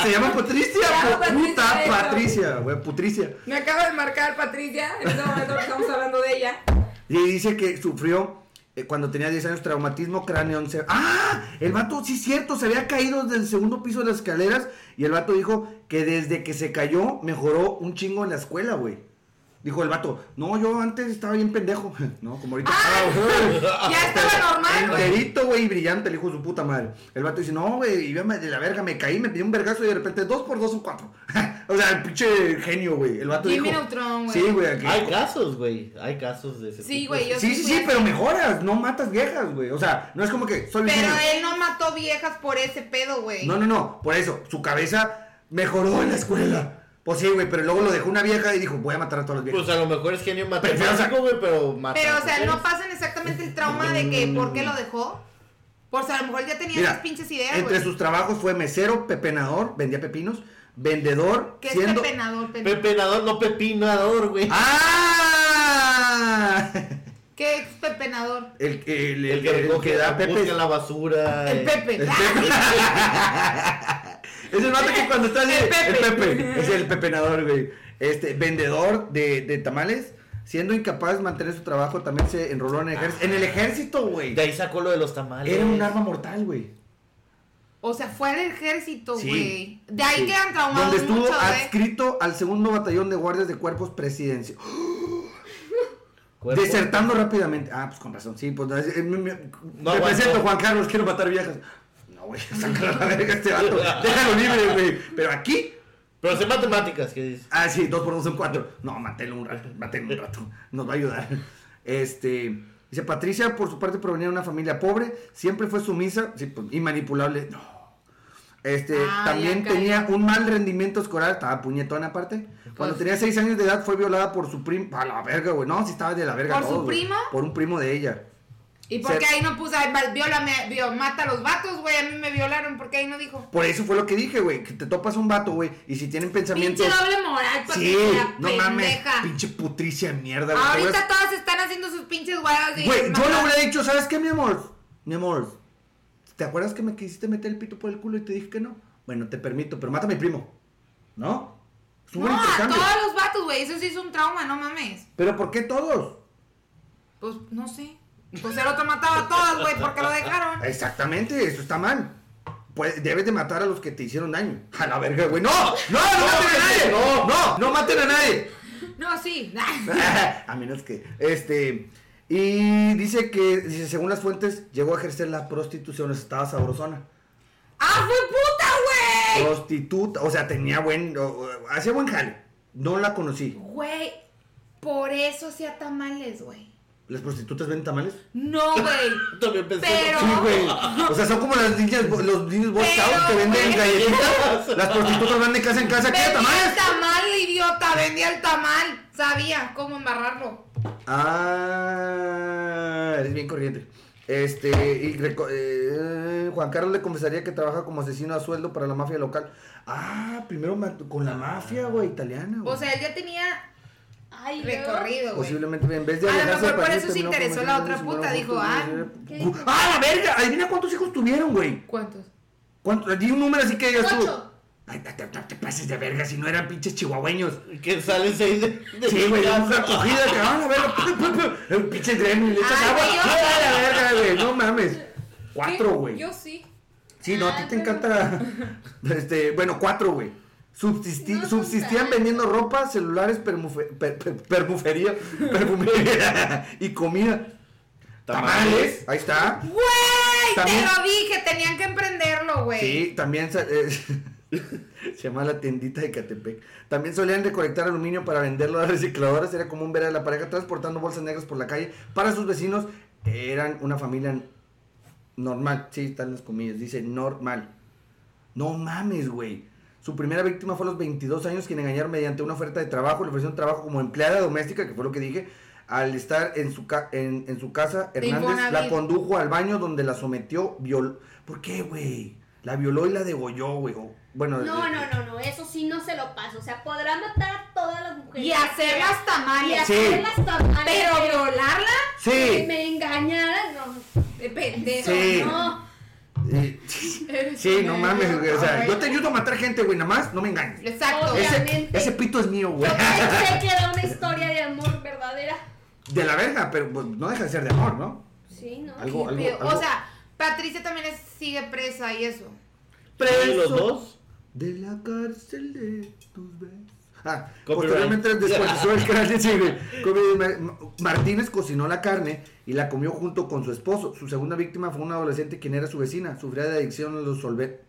A: Se llama Patricia,
B: Se llama
A: pu- puta
B: Patricia,
A: Patricia, güey, Putricia.
B: Me acaba de marcar Patricia, en este
A: [laughs]
B: momento que estamos hablando de ella.
A: Y dice que sufrió eh, cuando tenía 10 años traumatismo cráneo. se- ¡Ah! El vato, sí, cierto, se había caído del segundo piso de las escaleras. Y el vato dijo que desde que se cayó mejoró un chingo en la escuela, güey. Dijo el vato, no, yo antes estaba bien pendejo. [laughs] No, como ahorita.
B: Ah, Ya estaba normal, güey.
A: Enterito, güey, y brillante, el hijo de su puta madre. El vato dice, no, güey, y yo me- de la verga me caí, me pedí un vergazo y de repente dos por dos son cuatro. [laughs] o sea, el pinche genio, güey. El vato
B: Jimmy
A: dijo.
B: Neutron, güey.
A: Sí, güey. aquí-
C: [laughs] Hay casos, güey. Hay casos de ese
B: Sí,
C: tipo.
B: güey, yo
A: Sí, sí,
B: fui
A: sí,
B: así.
A: pero mejoras, no matas viejas, güey. O sea, no es como que soy
B: Pero
A: virgen.
B: él no mató viejas por ese pedo, güey.
A: No, no, no, por eso, su cabeza mejoró en la escuela. Pues sí, güey, pero luego lo dejó una vieja y dijo, voy a matar a todas las viejas.
C: Pues a lo mejor es genio
A: Prefiero sac-
C: matemático, güey, pero mata.
B: Pero, o sea,
C: mujeres.
B: no pasan exactamente el trauma de
A: Mm.
B: que por qué lo dejó. Por si a lo mejor él ya tenía esas pinches ideas,
A: entre
B: güey.
A: sus trabajos fue mesero, pepenador, vendía pepinos, vendedor,
B: Que es
A: siendo...
B: pepenador, pendejo.
C: Pepenador, no pepinador, güey.
A: ¡Ah!
B: ¿Qué es pepenador?
A: El, que- el-
C: el que
A: el que
C: recoge,
A: da
C: la,
A: pepes. [laughs]
C: busca la basura.
B: El
C: eh.
B: Pepe.
A: Es el vato que cuando está así,
B: El Pepe.
A: el Pepe,
B: [laughs]
A: es el pepenador, güey. Este, vendedor de, de tamales, siendo incapaz de mantener su trabajo, también se enroló en el ejército.
B: Ah.
A: En el ejército, güey.
C: De ahí sacó lo de los tamales.
A: Era un arma mortal, güey.
B: O sea, fue al ejército,
A: Sí.
B: güey. De ahí
A: Sí.
B: quedan traumados
A: Donde estuvo
B: mucho, ¿eh? güey.
A: adscrito al segundo batallón de guardias de cuerpos presidencia.
C: Cuerpo.
A: Desertando rápidamente. Ah, pues con razón, sí. Pues, no, es- eh, me, me- me
C: aguantó.
A: presento, Juan Carlos, quiero matar viejas. No, güey, [laughs] saca la verga este vato. Déjalo libre, güey. Pero aquí,
C: Pero sé matemáticas, ¿qué dices?
A: Ah, sí, dos por dos son cuatro. No, mátelo un rato, mátelo un rato. Nos va a ayudar. Este. Dice, Patricia, por su parte, provenía de una familia pobre, siempre fue sumisa sí, pues, y manipulable. No. Este,
B: Ah,
A: también
B: ya cayó.
A: tenía un mal rendimiento escolar, estaba puñetona aparte. Cuando
B: Pues-
A: tenía seis años de edad fue violada por su primo. A la verga, güey. No, si estaba de la verga.
B: ¿Por su
A: todos, güey.
B: primo?
A: Por un primo de ella.
B: ¿Y por qué
A: Se-
B: ahí no puso, ay, va- viólame, vio, mata a los vatos, güey? A mí me violaron, ¿por qué ahí no dijo?
A: Por eso fue lo que dije, güey. Que te topas un vato, güey. Y si tienen pensamientos.
B: Pinche doble moral,
A: Sí,
B: Patricia,
A: no mames.
B: pendeja.
A: Pinche putricia de mierda, güey. Te voy a-
B: Ahorita todas están haciendo sus pinches guardas de...
A: Güey, yo le hubiera dicho, ¿sabes qué, mi amor? Mi amor, ¿te acuerdas que me quisiste meter el pito por el culo y te dije que no? Bueno, te permito, pero mata a mi primo. ¿No? Es un
B: No,
A: buen
B: a
A: intercambio.
B: todos los vatos, güey, eso sí es un trauma, no mames.
A: Pero ¿por qué todos?
B: Pues, no sé. Pues el otro mataba a todas, güey, porque lo dejaron.
A: Exactamente, eso está mal. Pues debes de matar a los que te hicieron daño. A la verga, güey. ¡No! ¡No! ¡No maten a nadie! ¡No! ¡No! ¡No maten a nadie!
B: No, sí.
A: [laughs] a menos que. Este. Y dice que, dice, según las fuentes, llegó a ejercer la prostitución. Estaba sabrosona.
B: ¡Ah, fue puta, güey!
A: prostituta, o sea, tenía buen, o- o- hacía buen jale. No la conocí.
B: Güey, por eso hacía tamales, güey.
A: ¿Las prostitutas venden tamales?
B: No, güey.
C: También pensé.
B: Pero-
A: Sí, güey. O sea, son como las niñas, bo- los niños Boy
B: Pero,
A: Scouts que venden
B: güey.
A: galletitas. Las prostitutas van de casa en casa, ¿qué?
B: Vendía el
A: ¿Tamales?
B: tamal, idiota, vendía el tamal. Sabía cómo embarrarlo.
A: Ah, eres bien corriente. Este, y reco- eh, Juan Carlos le confesaría que trabaja como asesino a sueldo para la mafia local. Ah, primero mató- con la mafia, güey, italiana. güey.
B: O sea, él ya tenía
D: Ay, Recorrido.
B: recorrido, güey.
A: Posiblemente, en vez de
B: A lo
A: alejarse
B: mejor
A: del
B: por
A: país,
B: eso se
A: terminó
B: interesó
A: cometiendo
B: la otra
A: un
B: puta,
A: aborto
B: dijo,
A: de
B: ah,
A: manera-
D: ¿qué dijo?
A: ¡Ah, la verga! Adivina cuántos hijos tuvieron, güey.
B: ¿Cuántos?
A: ¿Cuánto? Di un número así que digas tú.
D: Ocho.
A: Ay, no te, no te pases de verga si no eran pinches chihuahueños.
C: Que salen seis de. de
A: Sí, güey,
C: casa.
A: una cogida que "Ah, van a ver. El pinche gremlin, le echas
B: Ay,
A: agua.
B: güey, yo-
A: ¡Ah, la verga, güey!
B: [laughs]
A: No mames. Cuatro,
B: ¿Qué?
A: güey.
B: Yo sí.
A: Sí, no, a
D: Ah,
A: ti te encanta. Este, bueno, cuatro, güey. Subsisti-
D: No son
A: subsistían
D: tantos.
A: vendiendo ropa, celulares, permufe- per- per- permufería, [laughs] perfumería y comida. Tamales, ahí está.
B: ¡Güey!
A: También-
B: Te lo dije, tenían que emprenderlo, güey.
A: Sí, también sa- eh, [laughs] se llama la tiendita de Catepec. También solían recolectar aluminio para venderlo a recicladoras. Era común ver a la pareja transportando bolsas negras por la calle para sus vecinos. Eran una familia normal. Sí, están las comillas. Dice normal. No mames, güey. Su primera víctima fue a los 22 años, quien engañaron mediante una oferta de trabajo. Le ofrecieron trabajo como empleada doméstica, que fue lo que dije. Al estar en su, ca- en, en su casa,
B: De
A: Hernández la
B: Infonavit.
A: condujo al baño donde la sometió, violó. ¿Por qué, güey? La violó y la degolló, güey. O- Bueno,
D: No,
A: eh,
D: no, no, no, eso sí no se lo paso. O sea, podrá matar a todas todas las mujeres.
B: Y hacerlas
D: Y
B: tamales.
A: Sí.
D: hacerlas tamales.
B: Pero violarla,
D: que
A: Sí.
D: me engañaran, no.
B: de pendejo.
A: Sí.
D: No.
A: Eh,
D: [laughs]
A: Sí, no mames, güey. O sea, yo te ayudo a matar gente, güey. Nada más no me engañes.
B: Exacto.
D: Obvio.
A: Ese,
D: Obviamente.
A: ese pito es mío, [laughs]
D: Yo
A: güey.
D: pensé que era una historia de amor verdadera.
A: De la verga, pero pues, no deja de ser de amor, ¿no?
D: Sí, ¿no?
A: Algo, algo,
B: Pero,
A: algo.
B: O sea, Patricia también es- sigue presa y eso.
C: ¿Y los dos?
A: De la cárcel de tus besos. Ah,
C: Copyright.
A: posteriormente descuartizó el cráneo, sí, güey. Come- Ma- Ma- Martínez cocinó la carne y la comió junto con su esposo. Su segunda víctima fue una adolescente quien era su vecina. Sufría de adicción a los solventes.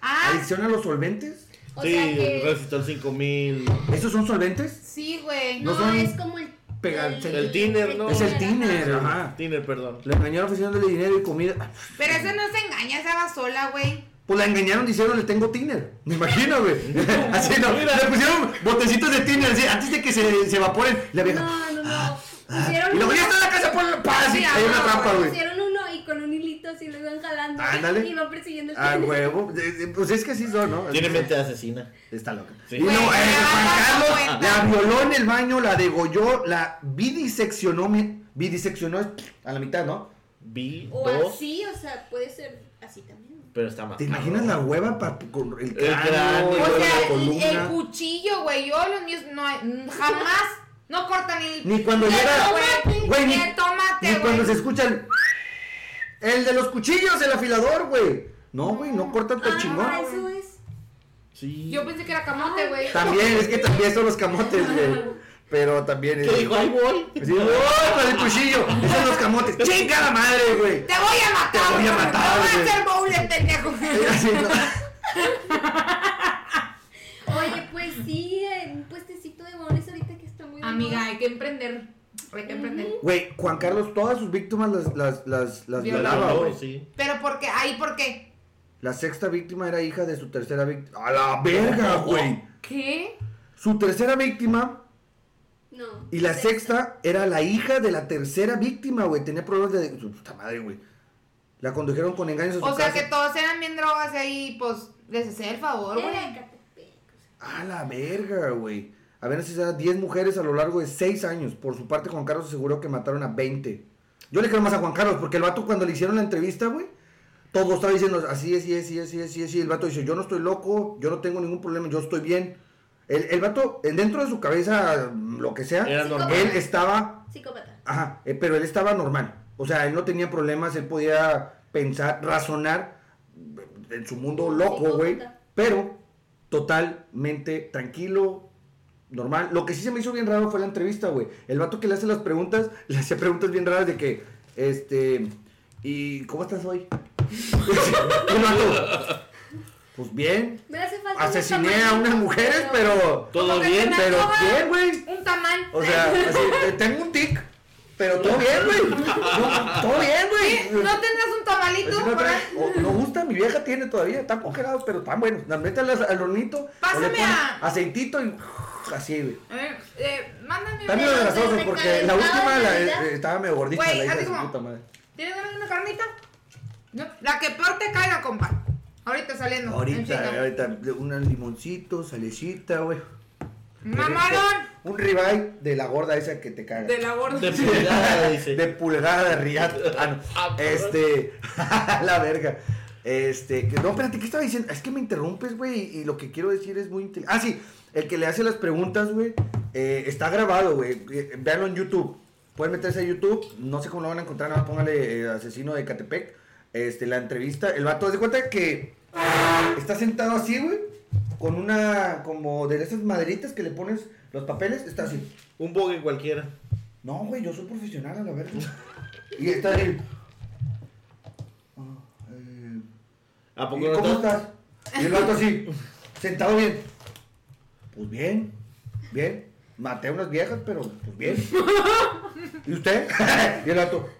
B: Ah,
A: ¿Adicción a los solventes?
D: O
C: sí,
D: sea que.
C: resistó el 5000.
A: ¿Esos son solventes?
B: sí, güey.
D: No,
A: no son
D: es como el.
A: pegal-
C: el tiner, ¿no?
A: Es el
D: ajá.
A: tiner, ajá.
C: Tiner, perdón.
A: La engañaron ofreciéndole dinero y comida.
B: Pero eso no se engaña, esa va sola, güey.
A: Pues la engañaron diciendo le tengo Tinder. [laughs] Me imagino, güey. Así no.
C: Mira.
A: Le pusieron botecitos de Tinder así, antes de que se, se evaporen. La vieja.
D: No, no, no.
A: "Ah",
D: Pusieron
A: y luego
D: un-
A: ya está en la casa por la paz.
B: Mira,
A: hay una
B: no,
A: trampa, güey.
D: Pusieron uno y con un hilito así lo iban jalando.
A: Ándale.
D: Y [laughs] iban persiguiendo el
A: Ah,
D: tiner.
A: huevo. Eh, eh, Pues es que sí son, ¿no?
C: Tiene mente de asesina.
A: Está loca.
C: Sí.
A: Y no,
B: Güey,
A: eh,
B: me
A: Juan
B: vas dando
A: Carlos
B: cuenta.
A: la violó en el baño, la degolló, la bidiseccionó. mi- Bidiseccionó es a la mitad, ¿no?
C: Vi
D: O
C: dos,
D: así, o sea, puede ser así también.
C: pero está mal.
A: ¿Te imaginas la hueva para con el cráneo? y
C: cráneo,
B: O
A: luego la
B: sea, el,
A: columna?
B: el cuchillo, güey. Yo los míos no hay- mm, jamás no cortan el.
A: Ni cuando
B: el
A: llega-
B: tomate,
A: Güey, ni-
B: el tomate,
A: Y
B: güey.
A: cuando se escucha el... El de los cuchillos, el afilador, güey. No, güey, no cortan tan
D: Ah,
A: pues chingón.
D: eso es.
C: Sí.
B: Yo pensé que era camote, güey.
A: También, es que también son los camotes, güey. Pero también...
C: ¿Qué dijo? Ahí voy.
A: Sí, ¡oh, con el cuchillo! Esos son los camotes. ¡Chinga la madre, güey! [laughs]
B: Te voy a matar,
A: Te voy a
B: güey.
A: matar,
B: No vas
A: güey.
B: a ser bowler, pendejo.
A: Así, ¿no?
D: Oye, pues sí, eh, un puestecito de bones ahorita que está muy.
B: [laughs]
D: de
B: Amiga,
D: moda.
B: hay que emprender. Hay que emprender.
A: Güey, Juan Carlos, todas sus víctimas las, las, las, las
B: Violó.
A: violaba,
C: Violó,
A: güey.
C: sí.
B: Pero porque, ahí porque.
A: La sexta víctima era hija de su tercera víctima. ¡A la verga, güey!
B: ¿Qué?
A: Su tercera víctima
D: No.
A: Y la
D: sexta.
A: sexta era la hija de la tercera víctima, güey. Tenía problemas de... su Puta madre, güey. La condujeron con engaños a su
B: O sea
A: casa.
B: que todos eran bien drogas y ahí, pues, les hacía el favor,
D: Era
B: güey.
D: de Catepec, o sea.
A: A la verga, güey. Habían asesinado a 10 mujeres a lo largo de 6 años. Por su parte, Juan Carlos aseguró que mataron a 20. Yo le creo más a Juan Carlos, porque el vato cuando le hicieron la entrevista, güey, todo estaba diciendo así es, así es, así es, así es, así es. Y El vato dice, yo no estoy loco, yo no tengo ningún problema, yo estoy bien. El, el vato, dentro de su cabeza, lo que sea,
C: Era
D: Sí,
C: normal.
A: él estaba
D: Psicópata.
A: Ajá, eh, pero él estaba normal. O sea, él no tenía problemas, él podía pensar, razonar eh, en su mundo loco, güey.
D: Psicópata.
A: Pero totalmente tranquilo, normal. Lo que sí se me hizo bien raro fue la entrevista, güey. El vato que le hace las preguntas, le hace preguntas bien raras de que, este, ¿y cómo estás hoy? [laughs] Y el vato, pues bien,
D: Me hace falta. un
A: asesiné a
D: tamaño,
A: unas mujeres, pero...
C: Todo
B: Como que
C: bien.
B: se me
A: Pero
B: antoja
A: bien, güey.
B: Un tamal.
A: O sea, así, eh, tengo un tic, pero todo bien, güey. No, todo bien,
B: ¿Qué?
A: güey.
B: ¿No tendrás un
A: Así
B: tamalito?
A: no
B: por ahí?
A: trae- o- no gusta, mi vieja tiene todavía, están congelados, pero están buenos. Las meten al, al hornito, o le
B: Pásame
A: ponen
B: a-
A: aceitito y así, güey.
B: A ver, eh, mándame un.
A: También lo de las
D: Pero
A: hojas,
D: se
A: porque la
D: recalentaba
A: última la-
D: la vida.
A: eh, estaba medio gordita,
B: Güey,
A: la hija
B: así
A: de su
B: como-
A: puta madre.
B: ¿Tienes ganas de una carnita? No, la que peor te cae la compa. Ahorita saliendo. en
A: Ahorita,
B: chinga.
A: ahorita, un limoncito, salecita, güey.
B: Mamarón.
A: Un ribeye de la gorda esa que te caga.
B: De la gorda.
C: De pulgada, dice.
A: de pulgada de Riyadh. Ah,
C: Ah,
A: no. Este, [laughs] la verga. Este, que- no, espérate, ¿qué estaba diciendo? Es que me interrumpes, güey, y lo que quiero decir es muy inte- Ah, sí, el que le hace las preguntas, güey, eh, está grabado, güey. eh, Véanlo en YouTube. Pueden meterse a YouTube, no sé cómo lo van a encontrar, nada más póngale eh, asesino de Catepec. Este, la entrevista, el vato, haz de cuenta que está sentado así, güey, con una, como de esas maderitas que le pones los papeles, está así.
C: Un bogue cualquiera.
A: No, güey, yo soy profesional, a la verga. [laughs] Y está ahí. Ah, eh,
C: ¿A poco
A: ¿y
C: no
A: ¿Cómo
C: está?
A: estás? Y el vato así, sentado bien. Pues bien, bien. Maté a unas viejas, pero pues [laughs] bien. ¿Y usted? [laughs] y el vato.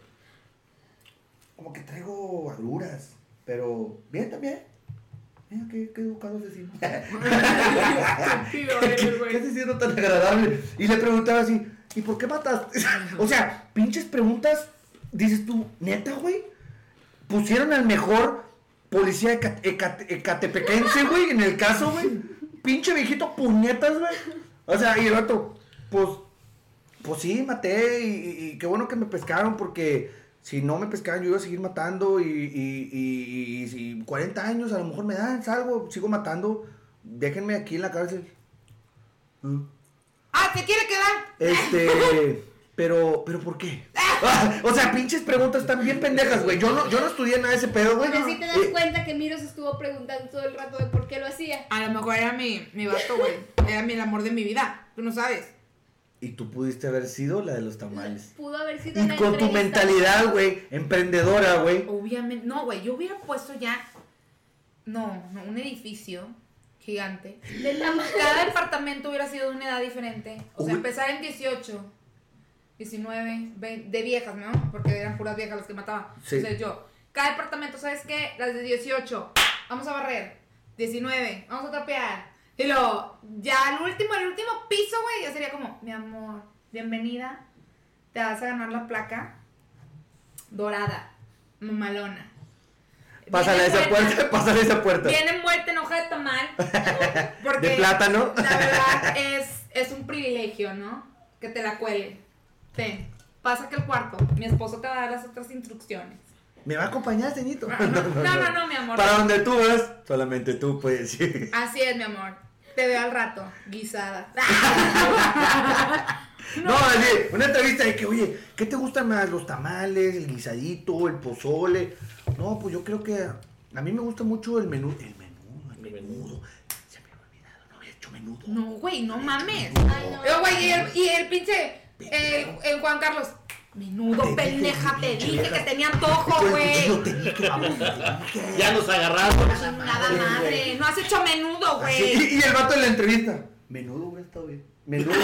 A: Como que traigo agruras, pero bien también. Mira, qué, qué educado
B: [laughs]
A: asesino.
B: Estúpido
A: ¿Qué,
B: eres,
A: qué
B: güey.
A: asesino tan agradable? Y le preguntaba así, ¿y por qué mataste? [laughs] o sea, pinches preguntas, dices tú, neta, güey. Pusieron al mejor policía eca- eca- ecatepequense, güey, en el caso, güey. Pinche viejito puñetas, güey. O sea, y el vato, pues, pues sí, maté y, y- y qué bueno que me pescaron porque si no me pescaban yo iba a seguir matando y, y, y- y si 40 años a lo mejor me dan, salgo, sigo matando, déjenme aquí en la cárcel. Mm.
B: Ah, ¿se quiere quedar?
A: Este, pero, pero ¿por qué? [laughs] Ah, o sea, pinches preguntas están bien pendejas, güey. Yo no, yo no estudié nada de ese pedo, güey.
D: Pero sí te das
A: Eh,
D: cuenta que Miro se estuvo preguntando todo el rato de por qué lo hacía.
B: A lo mejor era mi, mi vato, güey. Era mi, el amor de mi vida. Tú no sabes.
A: Y tú pudiste haber sido la de los tamales.
D: Pudo haber sido
A: Y
D: una
A: con tu
D: entrevista.
A: mentalidad, güey, emprendedora, güey.
B: Obviamente. No, güey. Yo hubiera puesto ya. No, no, un edificio gigante.
D: De la
B: Cada departamento hubiera sido de una edad diferente. O sea,
A: Uy.
B: empezar en 18, 19, 20, de viejas, ¿no? Porque eran puras viejas las que mataba.
A: Sí.
B: O sea, yo. Cada departamento, ¿sabes qué? Las de 18, vamos a barrer. 19, vamos a tapear. Y luego, ya al último, el último piso, güey, ya sería como, mi amor, bienvenida. Te vas a ganar la placa dorada, mamalona.
A: Pásale a
B: Viene
A: esa puerta, [laughs] pásale a esa puerta.
B: Viene muerta en hoja de
A: [laughs]
B: tamal. Porque
A: De plátano.
B: La verdad es, es un privilegio, ¿no? Que te la cuele. Ten, pasa que el cuarto. Mi esposo te va a dar las
A: [laughs]
B: otras instrucciones.
A: ¿Me va a acompañar, ceñito? [laughs]
B: No, no, no, no, mi amor.
A: Para donde tú vas, solamente tú puedes ir.
B: Así es, mi amor. Te veo al rato,
A: [laughs]
B: guisada.
A: No, así, una entrevista de que, oye, ¿qué te gustan más? ¿Los tamales, el guisadito, el pozole? No, pues yo creo que a, a mí me gusta mucho el menú. El menú, el menudo. Se me había olvidado, no había hecho menudo.
B: No, güey, no mames.
D: Ay, no.
B: Yo, güey, y el, y el pinche. El, el Juan Carlos. Menudo
A: Te dije,
B: pendeja, te
A: pinche
B: dije que
A: vieja.
B: tenía antojo,
A: Yo
B: güey.
A: te dije, vamos, te dije.
C: Ya nos agarraron.
B: [laughs] Nada madre, no has hecho menudo, güey.
A: Así, y, y el vato en la entrevista. Menudo hubiera estado bien. Menudo. [laughs]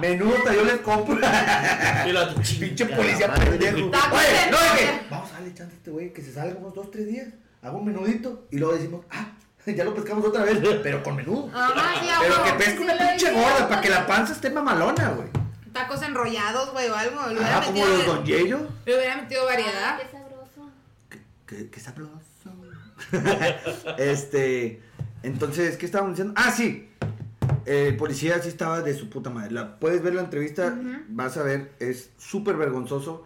A: menudo, yo les compro.
C: Y la otra, chinga
A: Pinche policía
C: la madre.
A: pendejo. Oye,
B: Está
A: no,
B: pendejo.
A: dije, vamos a darle chance a este güey que se salga unos dos, tres días. Hago un menudito y luego decimos, ah, [laughs] ya lo pescamos otra vez, pero con menudo.
B: Ay, ya,
A: Pero que
B: güey.
A: pesca una
D: Ah, sí lo
A: pinche
D: hice.
A: gorda para que la panza esté mamalona, güey.
B: Tacos enrollados, güey, o algo. Le hubiera,
A: Ah, como los
B: metido,
A: Don Yello.
B: le hubiera metido variedad.
D: Ay, qué sabroso.
A: Qué, qué sabroso. [laughs] este, entonces, ¿qué estábamos diciendo? Ah, sí. El policía sí estaba de su puta madre. La, puedes ver la entrevista, vas a ver, es súper vergonzoso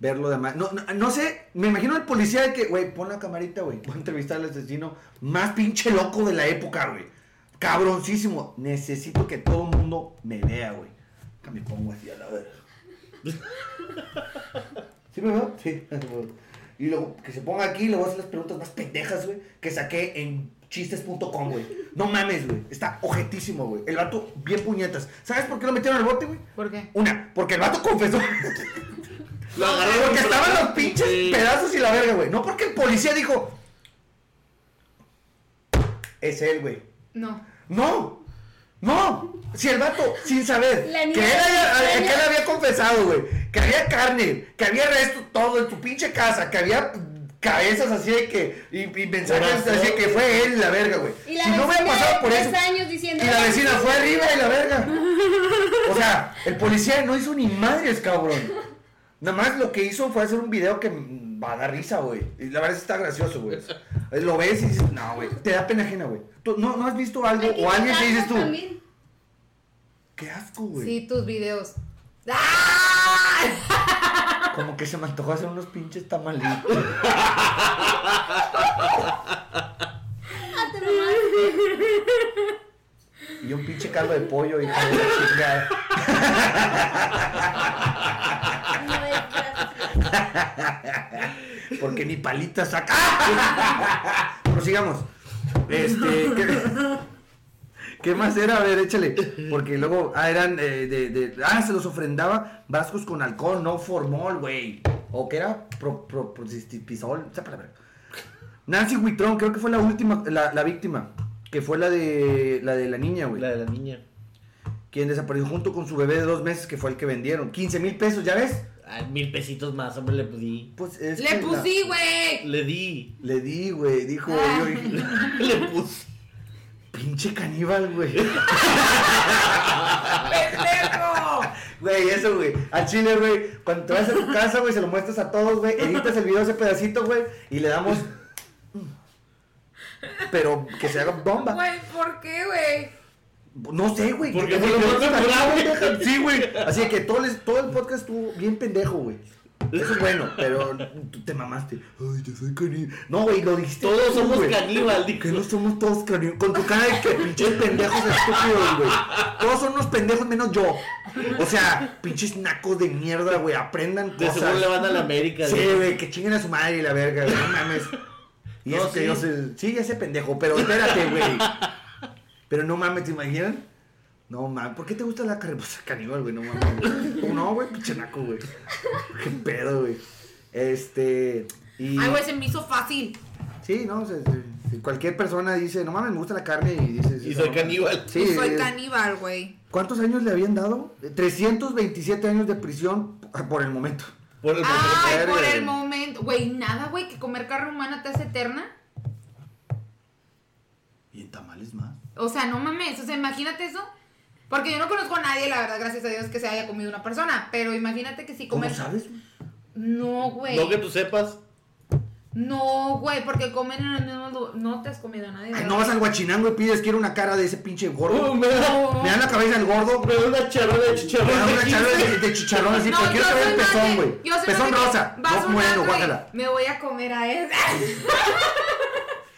A: verlo de ma- No, no, no sé, me imagino al policía de que, güey, pon la camarita, güey. Voy a entrevistar al asesino más pinche loco de la época, güey. Cabroncísimo. Necesito que todo el mundo me vea, güey. Acá Me pongo así a la verga. ¿Sí me veo? [laughs] Sí. Y luego que se ponga aquí, le voy a hacer las preguntas más pendejas, güey, que saqué en chistes.com, güey. No mames, güey. Está ojetísimo, güey. El vato bien puñetas. ¿Sabes por qué lo metieron al bote, güey?
B: ¿Por qué?
A: Una, porque el vato confesó. [laughs]
C: Lo agarraron
A: porque
C: por la
A: estaban los
C: madre.
A: pinches
C: Sí.
A: pedazos y la verga, güey. No porque el policía dijo. Es él, güey.
B: No.
A: No. No, si el vato, sin saber
D: La niña
A: que él, había,
D: de la
A: que él
D: niña.
A: había confesado, güey, que había carne, que había resto todo en tu pinche casa, que había cabezas así de que, y, y mensajes
C: Corazón.
A: así de que fue él la verga, güey.
D: Y la
A: Si no hubiera
D: vecina
A: pasado
D: de
A: por
D: tres
A: eso,
D: años diciendo.
A: y la vecina fue arriba y la verga. O sea, el policía no hizo ni madres, cabrón. Nada más lo que hizo fue hacer un video que mm, va a dar risa, güey. Y la verdad está gracioso, güey. Eh, Lo ves y dices, no, güey. Te da pena ajena, güey. Tú no, no has visto algo
D: Hay que
A: o alguien te dices tú,
D: invitarlo también.
A: qué asco, güey.
B: Sí, tus videos. ¡Ah!
A: Como que se me antojó hacer unos pinches tamalitos.
D: Ah, te mamaste.
A: Y un pinche caldo de pollo, hija de la chingada.
D: No, es gratis.
A: Porque ni palita saca. [laughs] Prosigamos. Este, ¿qué, qué más era? A ver, échale. Porque luego, ah, eran eh, de, de- Ah, se los ofrendaba vascos con alcohol, no formol, güey. O que era pro, pro, prostipisol, esa palabra. Nancy Huitrón, creo que fue la última, la, la víctima. Que fue la de la, de la niña, güey.
C: La de la niña.
A: Quien desapareció junto con su bebé de dos meses, que fue el que vendieron. 15 mil pesos, ¿ya ves?
C: Ay, mil pesitos más, hombre, le di.
A: Pues es
B: Le
A: que la-
B: pusí, güey.
C: Le
A: [laughs]
C: di.
A: Le di, güey. Dijo, yo dije,
C: le puse.
A: Pinche caníbal, güey.
B: ¡Pendejo!
A: [laughs] [laughs] Güey, eso, güey. Al chile, güey. Cuando te vas a tu casa, güey, se lo muestras a todos, güey. Editas el video ese pedacito, güey. Y le damos. Pero que se haga bomba.
B: Güey, ¿por qué, güey?
A: No sé, güey.
C: Porque
A: Yo-
C: fue lo
A: yo-
C: más
A: yo-
C: memorable.
A: Sí, güey. Así que todo el, todo el podcast estuvo bien pendejo, güey. Eso es bueno, pero tú te mamaste. Ay, yo soy caníbal. No, güey, lo dijiste.
C: Todos
A: tú,
C: somos
A: güey.
C: caníbal, dijo.
A: Que no somos todos caníbal. Con tu cara de que pinches pendejos estúpidos, güey. Todos son unos pendejos menos yo. O sea, pinches nacos de mierda, güey. Aprendan
C: De
A: cosas.
C: seguro le van a la América.
A: Sí,
C: güey.
A: güey, que chinguen a su madre y la verga, güey, no mames. Y
C: No,
A: eso que
C: sí.
A: yo sé- sí, ese pendejo, pero espérate, güey. Pero no mames, ¿te imaginan? No mames, ¿por qué te gusta la carribosa caníbal, güey? No mames. güey. ¿Cómo no, güey? Pinche naco, güey. Qué pedo, güey. Este. Y.
B: Ay, güey, se me hizo fácil.
A: Sí, no, se- se- si cualquier persona dice, no mames, me gusta la carne y dices.
C: Y soy caníbal.
A: Sí,
B: soy
A: es-
B: caníbal, güey.
A: ¿Cuántos años le habían dado? 327 años de prisión por el momento.
C: Por el
B: Ay, por
A: verga,
B: el
A: güey.
B: momento. Güey, nada, güey, que comer carne humana te hace eterna.
A: Y en tamales más.
B: O sea, no mames, o sea, imagínate eso. Porque yo no conozco a nadie, la verdad, gracias a Dios, que se haya comido una persona. Pero imagínate que si
A: ¿Cómo
B: comer.
A: sabes? güey?
B: No, güey.
C: No que tú sepas.
B: No, güey, porque comen en el mismo lugar. No te has comido a nadie.
A: Ay,
B: ¿verdad?
A: no vas al guachinango y pides quiero una cara de ese pinche gordo.
C: Uh, me, da,
B: No.
A: Me dan la cabeza del gordo.
C: me da una charola de chicharrón.
A: Me dan
C: de
A: una charla
C: 15. [laughs]
A: de, de chicharrón así, pero quiero
B: yo
A: saber
B: soy
A: el
B: más
A: pezón,
B: de-
A: güey.
B: yo soy
A: Pezón
B: más de-
A: rosa.
B: Vas
A: No
B: un antro
A: bueno,
B: y
A: guácala.
B: Me voy a comer a esa.
A: [laughs]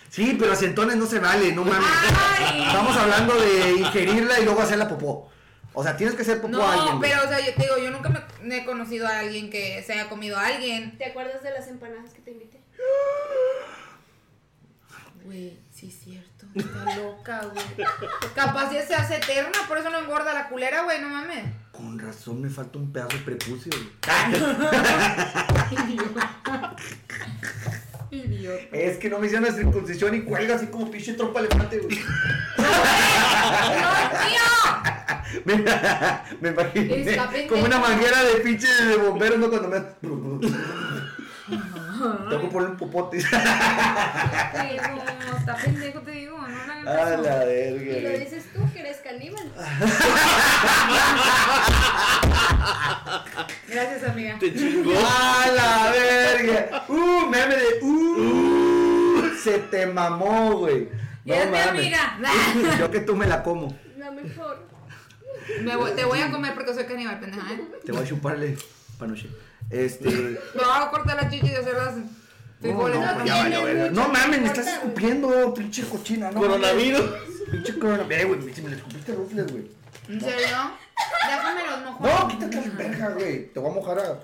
A: Sí, pero a centones no se vale, no mames. [laughs]
B: Ay.
A: Estamos hablando de ingerirla y luego hacerla popó. O sea, tienes que hacer popó a alguien.
B: No,
A: güey.
B: pero, o sea, yo te digo, yo nunca me- me he conocido a alguien que se haya comido a alguien.
D: ¿Te acuerdas de las empanadas que te invité?
B: Güey, sí es cierto.
A: [laughs]
B: Está loca, güey. Capaz ya se hace eterna, por eso no engorda la culera, güey, no mames.
A: Con razón me falta un pedazo de prepucio, güey.
B: Idiota.
A: Es que no me hicieron la circuncisión y cuelga así como pinche trompa de elefante, güey. [laughs]
B: ¡No,
A: me, me
B: Está
A: imaginé
B: pendejo.
A: como una manguera de pinche de bomberos, ¿no? Cuando me... Tengo que poner un popote.
B: tío! Te digo, está pendejo, te digo, no le hagan
A: [laughs] A
B: caso.
A: Ah, la
D: Y lo
A: verga, güey.
D: dices tú que eres caníbal.
B: Gracias, amiga.
C: Te chingó.
A: A la verga. Uh, meme de uh. Se te mamó, güey. No
B: Eres mi
A: mames. [laughs]
B: amiga.
A: Yo que tú me la como.
D: La mejor.
B: Me voy- te voy a comer porque soy caníbal, pendeja, ¿eh?
A: Te voy a chuparle panoche. Este.
B: Me voy a cortar la chicha y hacer las
A: No,
B: frijoles.
A: no, pues ya
D: tiene
A: valió, verga.
D: mucho
A: No mames, me
D: que
A: estás
D: cortar.
A: escupiendo, pinche cochina. No,
C: Coronavirus.
A: mames. Pinche coronavirus. Eh, güey, si me le escupiste rufles, güey.
B: ¿En serio? Déjame los mojos.
A: No, quítate la verga, güey. Te voy a mojar a.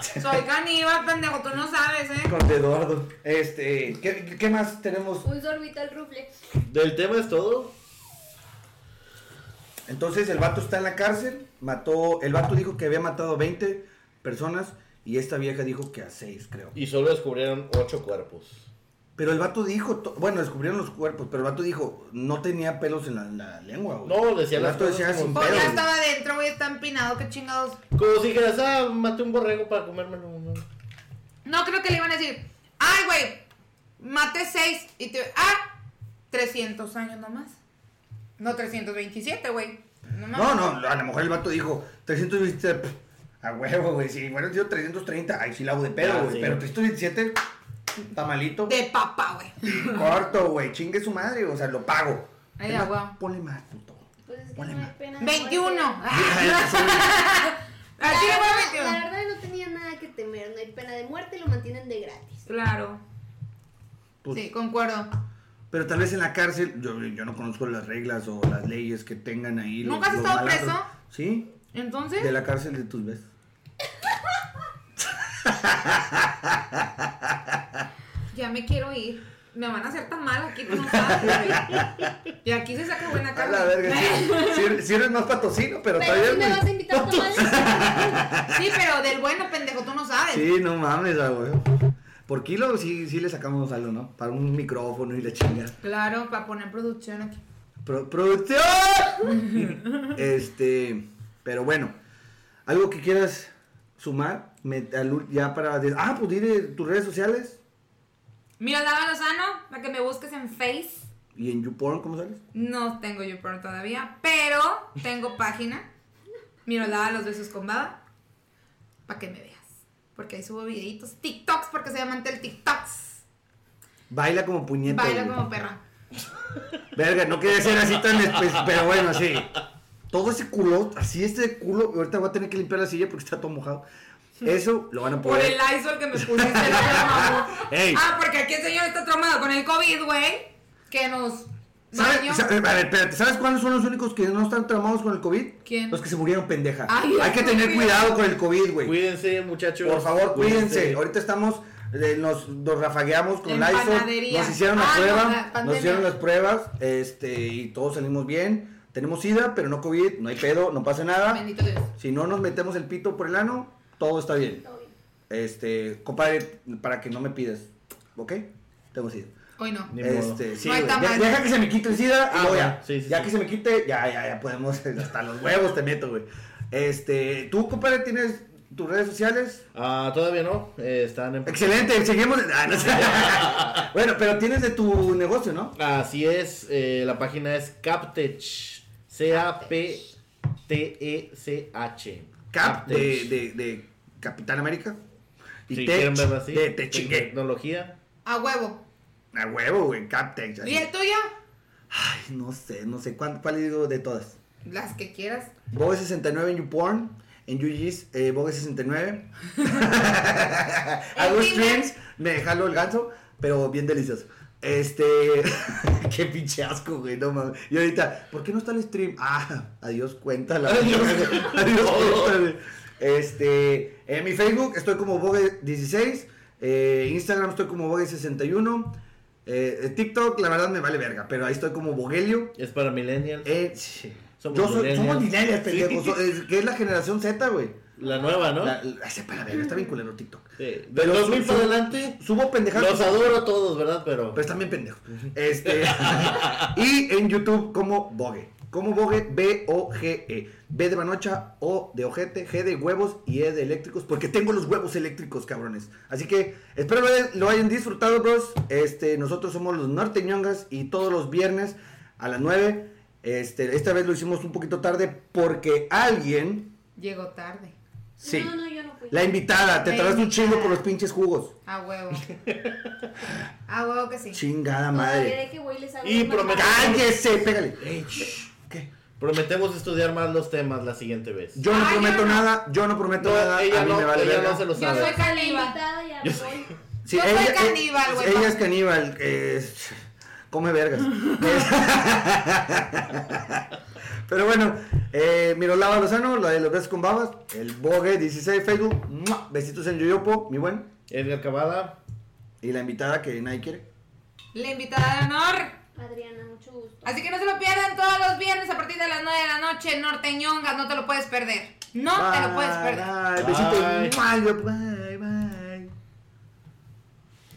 B: Soy caníbal, pendejo, tú no sabes, ¿eh?
A: Con Eduardo. Este. ¿Qué, qué más tenemos?
D: Un sorbito al rufle.
C: Del tema es todo.
A: Entonces el vato está en la cárcel, mató, el vato dijo que había matado a 20 personas y esta vieja dijo que a 6, creo.
C: Y solo descubrieron ocho cuerpos.
A: Pero el vato dijo, to- bueno, descubrieron los cuerpos, pero el vato dijo, no tenía pelos en la, la lengua, güey.
C: No, decía
A: El
C: las
A: vato
C: cosas
A: decía
C: como-
A: sin
B: O
A: pelos.
B: Pues ya
A: güey.
B: estaba adentro, güey, está empinado, qué chingados.
C: Como si dijeras, ah, maté un borrego para comérmelo. ¿no?
B: No creo que le iban a decir, ay, güey, maté seis y te. ¡Ah! 300 años nomás. No, 327, güey. No,
A: No,
B: mames.
A: no, a lo mejor el vato dijo, 327, pff, a huevo, güey, si hubieran sido 330, ahí sí la hago de pedo,
C: Ah,
A: güey,
C: sí.
A: pero 327, tamalito,
B: De papá, güey.
A: corto, güey, chingue su madre, o sea, lo pago.
B: Ay,
A: Es más,
B: ya, güey.
A: Ponle más, puto.
D: Pues es que
A: Huele
D: no hay
A: mal.
D: pena. de
B: 21.
D: muerte.
B: Así
D: la,
B: fue
D: verdad,
B: 21.
D: la verdad no tenía nada que temer. No hay pena de muerte y lo mantienen de gratis.
B: Claro.
A: Pues-
B: Sí, concuerdo.
A: Pero tal vez en la cárcel, yo, yo no conozco las reglas o las leyes que tengan ahí. los-
B: ¿Nunca has
A: los
B: estado
A: malandros.
B: preso?
A: Sí,
B: Entonces.
A: de la cárcel de tus ves.
B: Ya me quiero ir. Me van a hacer tan mal aquí, tú no sabes, güey. Y aquí se saca buena
A: A
B: carne.
A: la verga,
B: [laughs]
A: sí, sí eres- sí eres más patocino, pero,
D: Pero
A: todavía.
D: si me
A: güey.
D: vas a invitar a tomales.
B: Sí, pero del bueno, pendejo, tú no sabes.
A: Sí, no mames, ah, güey. Por kilo sí, sí le sacamos algo, ¿no? Para un micrófono y la chingada.
B: Claro, para poner producción aquí.
A: Pro-
B: [laughs]
A: ¡Producción! este, pero bueno, algo que quieras sumar, me- al ul- ya para. de- ah, pues dile tus redes sociales
B: Mira, Daba Lozano, para que me busques en Face.
A: y en YouPorn, ¿cómo sales?
B: No tengo YouPorn todavía, pero tengo página. Mira, Daba los besos con Baba. Para que me veas. Porque ahí subo videitos, TikToks, porque soy amante del TikToks.
A: Baila como puñeta.
B: Baila
A: güey.
B: como perra.
A: Verga, no quería ser así tan espe- pero bueno, sí. Todo ese culo, así este culo, ahorita voy a tener que limpiar la silla porque está todo mojado. Eso lo van a
B: Por
C: Pues.
A: poder.
B: el Lysol que me pusiste la mamá.
C: [laughs]
A: Ey.
B: Ah, porque aquí el señor está traumado con el COVID, güey. Que nos
A: ¿Sabes?
B: dañó.
A: sa- eh, A ver, espérate, ¿sabes cuáles son los únicos que no están tramados con el COVID?
B: ¿Quién?
A: Los que se murieron pendeja.
B: Ay,
A: Hay que tener
B: estúpido.
A: cuidado con el COVID, güey.
C: Cuídense, muchachos.
A: Por favor, cuídense. Ahorita estamos, eh, nos, nos rafagueamos con
B: En
A: la
B: panadería.
A: Nos hicieron la
B: Ah, no, la
A: prueba, nos
B: pandemia.
A: hicieron las pruebas, este, y todos salimos bien. Tenemos SIDA, pero no COVID, no hay pedo, no pasa nada.
B: Bendito Dios.
A: Si no nos metemos el pito por el ano, todo está bien.
D: Todo bien.
A: Este, compadre, para que no me pidas, ¿ok? Tengo sida.
B: Hoy no.
C: Ni modo.
A: Este, sí,
B: No hay
A: güey. Ya-
B: tamales.
A: deja que se me quite el sida y
C: Ah,
A: luego
C: bueno,
A: ya.
C: sí, sí,
A: ya
C: sí.
A: que se me quite, ya, ya, ya podemos, [laughs] hasta los huevos te meto, güey. Este, tú, compadre, tienes tus redes sociales.
C: Ah, todavía no. eh, están en.
A: Excelente, seguimos. [laughs] Ah, no sé.
C: [laughs]
A: bueno, pero tienes de tu negocio, ¿no?
C: Así es. eh, la página es Captech. E C-A-P-T-E-C-H. Ah,
A: Cap de, de, de Capitán América.
C: Si
A: Tech
C: pues. quieren verlo así.
A: De, te chingué.
C: Tecnología.
B: A huevo.
A: A huevo, güey, Captech. así.
B: ¿Y el tuyo?
A: Ay, no sé, no sé cuál, cuál digo de todas.
B: Las que quieras.
A: Bogue69 en YouPorn, en UG's, eh, Bogue69. Hago
B: En
A: streams, me jalo el ganso, pero bien delicioso. Este, [laughs] qué pinche asco, güey, no mames. Y ahorita, ¿por qué no está el stream? Ah, adiós, cuéntala.
C: Adiós.
A: adiós, cuéntala. Este, en mi Facebook estoy como Bogue16, eh, Instagram estoy como Bogue61, eh, TikTok, la verdad me vale verga, pero ahí estoy como Bogelio.
C: Es para millennials.
A: Eh, sí.
C: Somos
A: Yo soy,
C: millennials.
A: somos millennials, pendejo.
C: Sí.
A: So- es- que es la generación Z, güey.
C: La nueva, ¿no?
A: La- la- ese para ver, está bien culero TikTok.
C: Sí. De
A: Pero
C: los
A: su-
C: 2000
A: su-
C: para adelante.
A: Subo pendejadas.
C: Los adoro a todos, ¿verdad? Pero.
A: Pero están bien pendejos. Este, [laughs] y en YouTube como Bogue. Como Bogue, B-O-G-E. E, B de manocha, O de ojete, G de huevos y E de eléctricos. Porque tengo los huevos eléctricos, cabrones. Así que espero lo hayan, lo hayan disfrutado, bros. Este, nosotros somos los norteñongas y todos los viernes a las 9. Este, esta vez lo hicimos un poquito tarde porque alguien.
B: Llegó tarde.
A: Sí.
D: No, no, yo no fui.
A: La invitada, te
B: La
A: tardaste un
B: invitada.
A: chingo con los pinches jugos.
B: A
C: [laughs]
B: huevo. A huevo que sí.
A: Chingada
D: Todavía
A: madre.
D: de que voy les hago
C: Y
D: un
C: prometo-
D: mandado.
A: Cállese, pégale.
C: Ey, shh.
A: ¿Qué?
C: Prometemos estudiar más los temas la siguiente vez.
A: Yo no
B: Ay,
A: prometo
B: yo no.
A: nada, yo no prometo
C: No,
A: nada,
C: ella
A: a mí
C: no,
A: me vale
C: ella
A: verga.
C: no se lo
B: Yo
C: sabe.
B: soy
D: La
B: caníbal.
D: invitada ya no voy.
A: Sí,
B: Yo soy
A: ella,
B: caníbal, güey,
A: Ella
B: papá.
A: es caníbal, que es- come
B: [laughs]
A: vergas. Pero bueno, eh, Mirolava Lozano, la de los besos con babas, el Bogue 16 Facebook, ¡mua! besitos en Yoyopo, mi buen,
C: Edgar Cavada.
A: y la invitada que nadie quiere.
B: La invitada de honor.
D: Adriana, mucho gusto.
B: Así que no se lo pierdan todos los viernes a partir de las 9 de la noche. Norteñongas, no te lo puedes perder. No te lo puedes perder.
A: Bye, Besitos.
C: Bye.
A: ¡mua! Yo- bye.